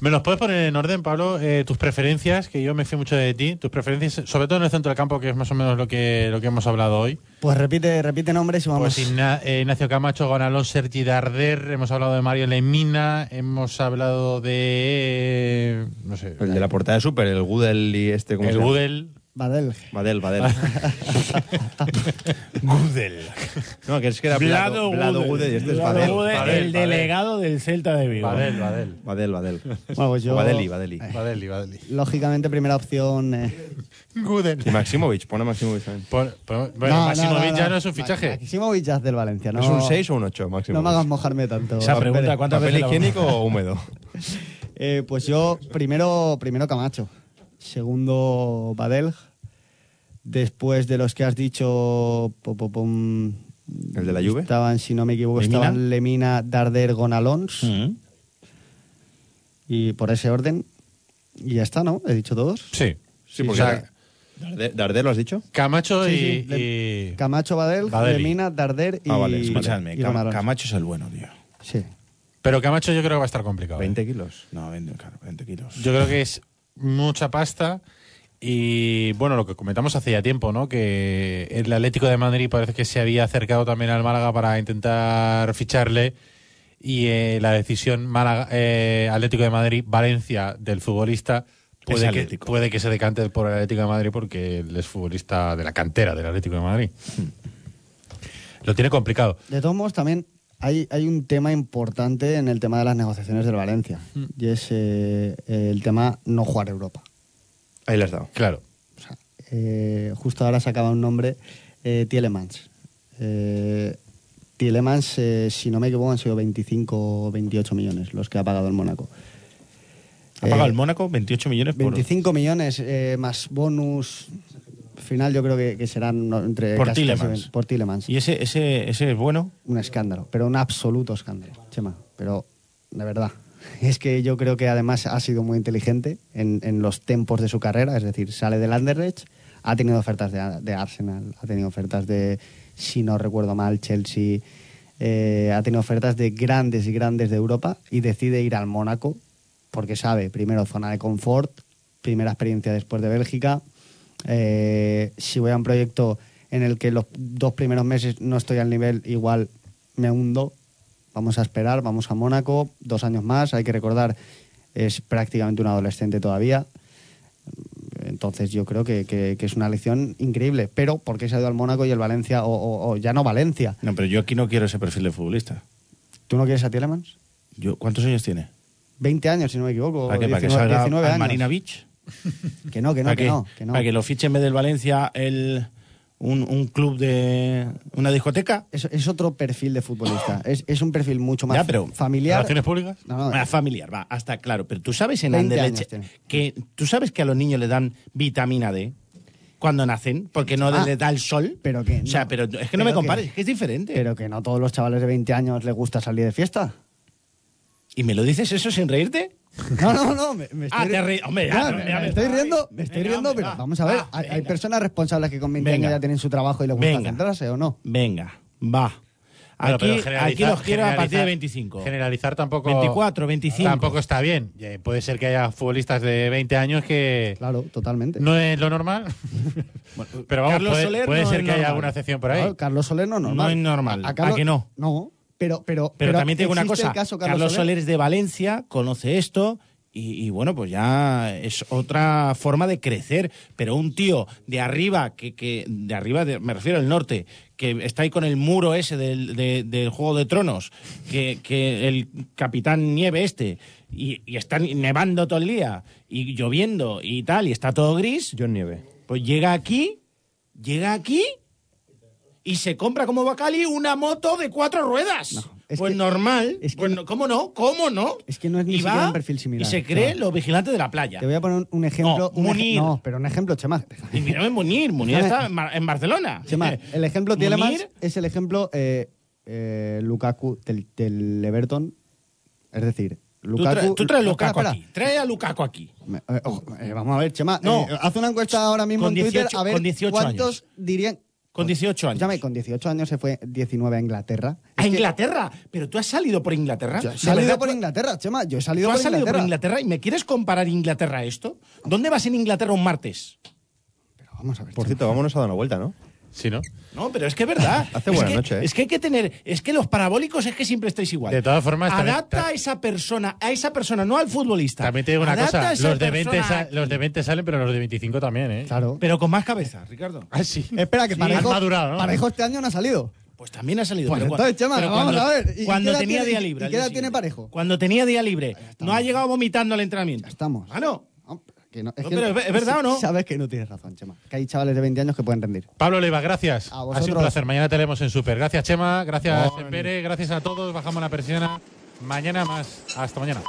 S1: ¿Me los puedes poner en orden, Pablo? Eh, tus preferencias, que yo me fío mucho de ti, tus preferencias, sobre todo en el centro del campo, que es más o menos lo que, lo que hemos hablado hoy.
S4: Pues repite, repite nombres y vamos.
S1: Pues Igna- eh, Ignacio Camacho, Juan Alonso, Sergi Darder, hemos hablado de Mario Lemina, hemos hablado de... eh, no sé.
S3: El de la portada de Super, el Goodell y este, ¿cómo
S1: El
S3: se llama?
S1: Goodell.
S4: Badel.
S3: Badel, Badel. Goodell. No, que es que era Blado, Blado Goodell y este es
S2: Vlado
S3: Badel.
S2: Gudel,
S3: Badel,
S2: el
S3: Badel.
S2: delegado del Celta de Vigo.
S1: Badel, Badel.
S3: Badel, Badel.
S4: Bueno, pues yo-
S3: O Badeli, Badeli.
S1: Badeli, Badeli.
S4: Lógicamente, primera opción. eh,
S1: Goodell.
S3: Y Maximovic, pone a Maximovic también.
S1: bueno, Maximovic ya no es un fichaje.
S4: Maximovic ya es del Valencia, ¿no?
S3: ¿Es un 6 o un 8, Maximovic?
S4: No me hagas mojarme tanto.
S3: Esa pregunta,
S4: Pérez.
S3: ¿cuántas ¿Papel veces la- higiénico o húmedo?
S4: Eh, pues yo, primero, primero Camacho. Segundo, Badel. Después de los que has dicho. po, po, pom,
S3: ¿El de la Juve?
S4: Estaban, si no me equivoco,
S3: ¿Lemina? Mm.
S4: estaban Lemina, Darder, Gonalons. Y por ese orden. Y ya está, ¿no? He dicho todos.
S1: Sí.
S3: Sí, porque...
S4: o sea-
S3: Darder, ¿Darder lo has dicho?
S1: Camacho
S4: Sí,
S1: y...
S4: sí,
S1: y-
S4: Camacho, Badel,
S1: Badeli.
S4: Lemina, Darder y.
S2: Ah, vale, escuchadme.
S4: y
S2: Cam-
S4: Gonalons.
S2: Camacho es el bueno, tío.
S4: Sí.
S1: Pero Camacho yo creo que va a estar complicado. ¿eh?
S3: 20 kilos.
S2: No, 20, claro, 20 kilos.
S1: Yo creo que es mucha pasta y bueno, lo que comentamos hace ya tiempo, ¿no? Que el Atlético de Madrid parece que se había acercado también al Málaga para intentar ficharle y eh, la decisión Málaga, eh, Atlético de Madrid Valencia del futbolista puede que,
S2: Atlético.
S1: puede que se decante por el Atlético de Madrid porque él es futbolista de la cantera del Atlético de Madrid. Lo tiene complicado.
S4: De todos modos, también hay, hay un tema importante en el tema de las negociaciones del Valencia. Y es eh, el tema no jugar Europa.
S3: Ahí le has dado.
S1: Claro.
S4: Eh, justo ahora sacaba un nombre, eh, Tielemans. Eh, Tielemans, eh, si no me equivoco, han sido 25 o 28 millones los que ha pagado el Mónaco.
S2: Ha pagado
S4: Eh,
S2: el Mónaco 28 millones por...
S4: 25 millones eh, más bonus. Final, yo creo que, que serán no, entre.
S2: Por
S4: casi- casi
S2: Tielemans.
S4: 20, por Tielemans.
S2: ¿Y ese, ese, ese es bueno?
S4: un escándalo, pero un absoluto escándalo, Chema. Pero de verdad. Es que yo creo que además ha sido muy inteligente en, en los tempos de su carrera, es decir, sale del Anderlecht, ha tenido ofertas de, de Arsenal, ha tenido ofertas de, si no recuerdo mal, Chelsea, eh, ha tenido ofertas de grandes y grandes de Europa y decide ir al Mónaco porque sabe, primero, zona de confort, primera experiencia después de Bélgica, eh, si voy a un proyecto en el que los dos primeros meses no estoy al nivel, igual me hundo. Vamos a esperar, vamos a Mónaco, dos años más. Hay que recordar, es prácticamente un adolescente todavía. Entonces yo creo que, que- que es una lección increíble. Pero, ¿por qué se ha ido al Mónaco y el Valencia, o, o- o ya no Valencia?
S2: No, pero yo aquí no quiero ese perfil de futbolista.
S4: ¿Tú no quieres a Tielemans?
S2: Yo, ¿Cuántos años tiene?
S4: 20 años, si no me equivoco.
S2: ¿Para qué? ¿Para que
S4: 19
S2: salga
S4: 19
S2: al
S4: Oh, años.
S2: Marina Beach?
S4: Que no, que no,
S2: ¿Para
S4: que
S2: qué?
S4: no, que no.
S2: ¿Para que lo fiche en vez del Valencia el, un, un club de... una discoteca?
S4: Es, es otro perfil de futbolista. Es, es un perfil mucho más
S2: Ya, pero-
S4: familiar.
S1: públicas?
S4: No, no,
S2: Ah, familiar, va, hasta claro. Pero tú sabes en
S4: 20
S2: Anderlecht
S4: años
S2: que tú sabes que a los niños le dan vitamina D cuando nacen porque no
S4: Ah,
S2: le da el sol.
S4: pero que
S2: o sea,
S4: no.
S2: pero es que no
S4: Pero
S2: me
S4: que-
S2: compares, es que es diferente.
S4: Pero que no todos los chavales de 20 años les gusta salir de fiesta.
S2: ¿Y me lo dices eso sin reírte?
S4: No, no, no. Me, me estoy
S2: Ah, te ríes. Hombre, ya,
S4: No,
S2: no,
S4: me,
S2: ya
S4: me
S2: me-
S4: estoy riendo, me estoy
S2: Venga,
S4: riendo,
S2: hombre,
S4: pero
S2: va.
S4: vamos a ver.
S2: Va,
S4: hay, hay
S2: venga.
S4: personas responsables que con 20
S2: Venga.
S4: años ya tienen su trabajo y les gusta
S2: Venga.
S4: centrarse, ¿o no?
S2: Venga, va.
S1: Bueno,
S2: Aquí,
S1: pero
S2: aquí
S1: generalizar-
S2: los quiero a partir de
S1: generalizar-
S2: 25.
S1: Generalizar tampoco.
S2: 24, 25.
S1: Tampoco está bien. Eh, Puede ser que haya futbolistas de 20 años que
S4: Claro, totalmente.
S1: no es lo normal. Pero vamos,
S2: Carlos
S1: puede,
S2: Soler
S1: puede
S2: no
S1: ser
S2: es
S1: que haya
S2: normal.
S1: alguna excepción por ahí.
S4: Claro, Carlos Soler no es normal.
S2: No es normal. ¿A
S4: Carlos-
S2: que no?
S4: No, pero, pero,
S2: Pero, también te digo una
S4: existe
S2: cosa.
S4: el caso
S2: Carlos, Soler es de Valencia, conoce esto Y, y bueno, pues ya es otra forma de crecer. Pero un tío de arriba, que, que de arriba, de- me refiero al norte, que está ahí con el muro ese del, de- del Juego de Tronos, que, que el Capitán Nieve este, y, y está nevando todo el día, y lloviendo y tal, y está todo gris.
S3: John Nieve.
S2: Pues llega aquí, llega aquí, y se compra como Bacali una moto de cuatro ruedas. pues normal. pues no- ¿Cómo no? ¿Cómo no?
S4: Es que no es ni
S2: y
S4: siquiera
S2: va
S4: un perfil similar.
S2: y se cree
S4: No.
S2: los vigilantes de la playa.
S4: Te voy a poner un- un ejemplo.
S2: No,
S4: un ej-
S2: Munir.
S4: no, pero un ejemplo, Chema.
S2: Y mírame Munir, Munir está en Mar- en Barcelona.
S4: Chema, el ejemplo Tielemans
S2: Munir-
S4: es el ejemplo eh, eh, Lukaku del, del Everton. Es decir,
S2: Tú,
S4: Lukaku...
S2: trae- tú traes a
S4: Espera,
S2: Lukaku
S4: espera.
S2: aquí. Trae a Lukaku aquí.
S4: Me- eh, ojo, eh, vamos a ver, Chema.
S2: No.
S4: eh, haz una encuesta ahora mismo
S2: Con
S4: en Twitter
S2: 18
S4: a ver
S2: con 18
S4: cuántos dirían... Con
S2: 18 años.
S4: con 18 años se fue 19 a Inglaterra.
S2: ¿A Inglaterra? ¿Pero tú has salido por Inglaterra?
S4: Yo he
S2: ¿De
S4: salido
S2: verdad
S4: por
S2: tú-
S4: Inglaterra, Chema. Yo he
S2: ¿Tú
S4: salido,
S2: has
S4: por,
S2: salido
S4: Inglaterra.
S2: por Inglaterra y me quieres comparar Inglaterra a esto? ¿Dónde vas en Inglaterra un martes?
S4: Vamos a ver.
S3: Por cierto, vámonos a dar una vuelta, ¿no?
S1: Sí, ¿no?
S2: No, pero es que es verdad.
S3: Hace
S2: Es
S3: buena
S2: que-
S3: noche, ¿eh?
S2: Es que hay que tener. Es que los parabólicos es que siempre estáis igual.
S1: De todas formas, también-
S2: Adapta a esa persona, a esa persona, no al futbolista.
S1: También te digo una
S2: Adapta a
S1: cosa,
S2: esa
S1: los de, 20
S2: persona
S1: sa- los de 20 salen, pero los de 25 también, ¿eh?
S4: Claro.
S2: Pero con más cabeza, Ricardo. Eh,
S1: Ah, sí.
S4: Espera, que
S1: Sí,
S4: Parejo,
S1: han madurado, ¿no?
S4: Parejo este año no ha salido.
S2: Pues también ha salido.
S4: Pues
S2: pero cua-
S4: entonces, Chema,
S2: pero
S4: vamos
S2: cuando-
S4: a ver. ¿y qué
S2: Cuando
S4: edad
S2: tenía
S4: tiene-
S2: día
S4: y
S2: libre. al
S4: ¿Qué
S2: día
S4: edad
S2: siguiente.
S4: tiene Parejo?
S2: Cuando tenía día libre. No ha llegado vomitando al entrenamiento.
S4: Estamos.
S2: Ah, no.
S4: Que no-
S2: No,
S4: que-
S2: pero es- es verdad o no?
S4: Sabes que no tienes razón, Chema. Que hay chavales de 20 años que pueden rendir.
S1: Pablo Leiva, gracias.
S4: A
S1: ha sido
S4: vosotros.
S1: un placer. Mañana te leemos en Super. Gracias, Chema. Gracias,
S2: Bueno.
S1: Pere. Gracias a todos. Bajamos la persiana. Mañana más. Hasta mañana.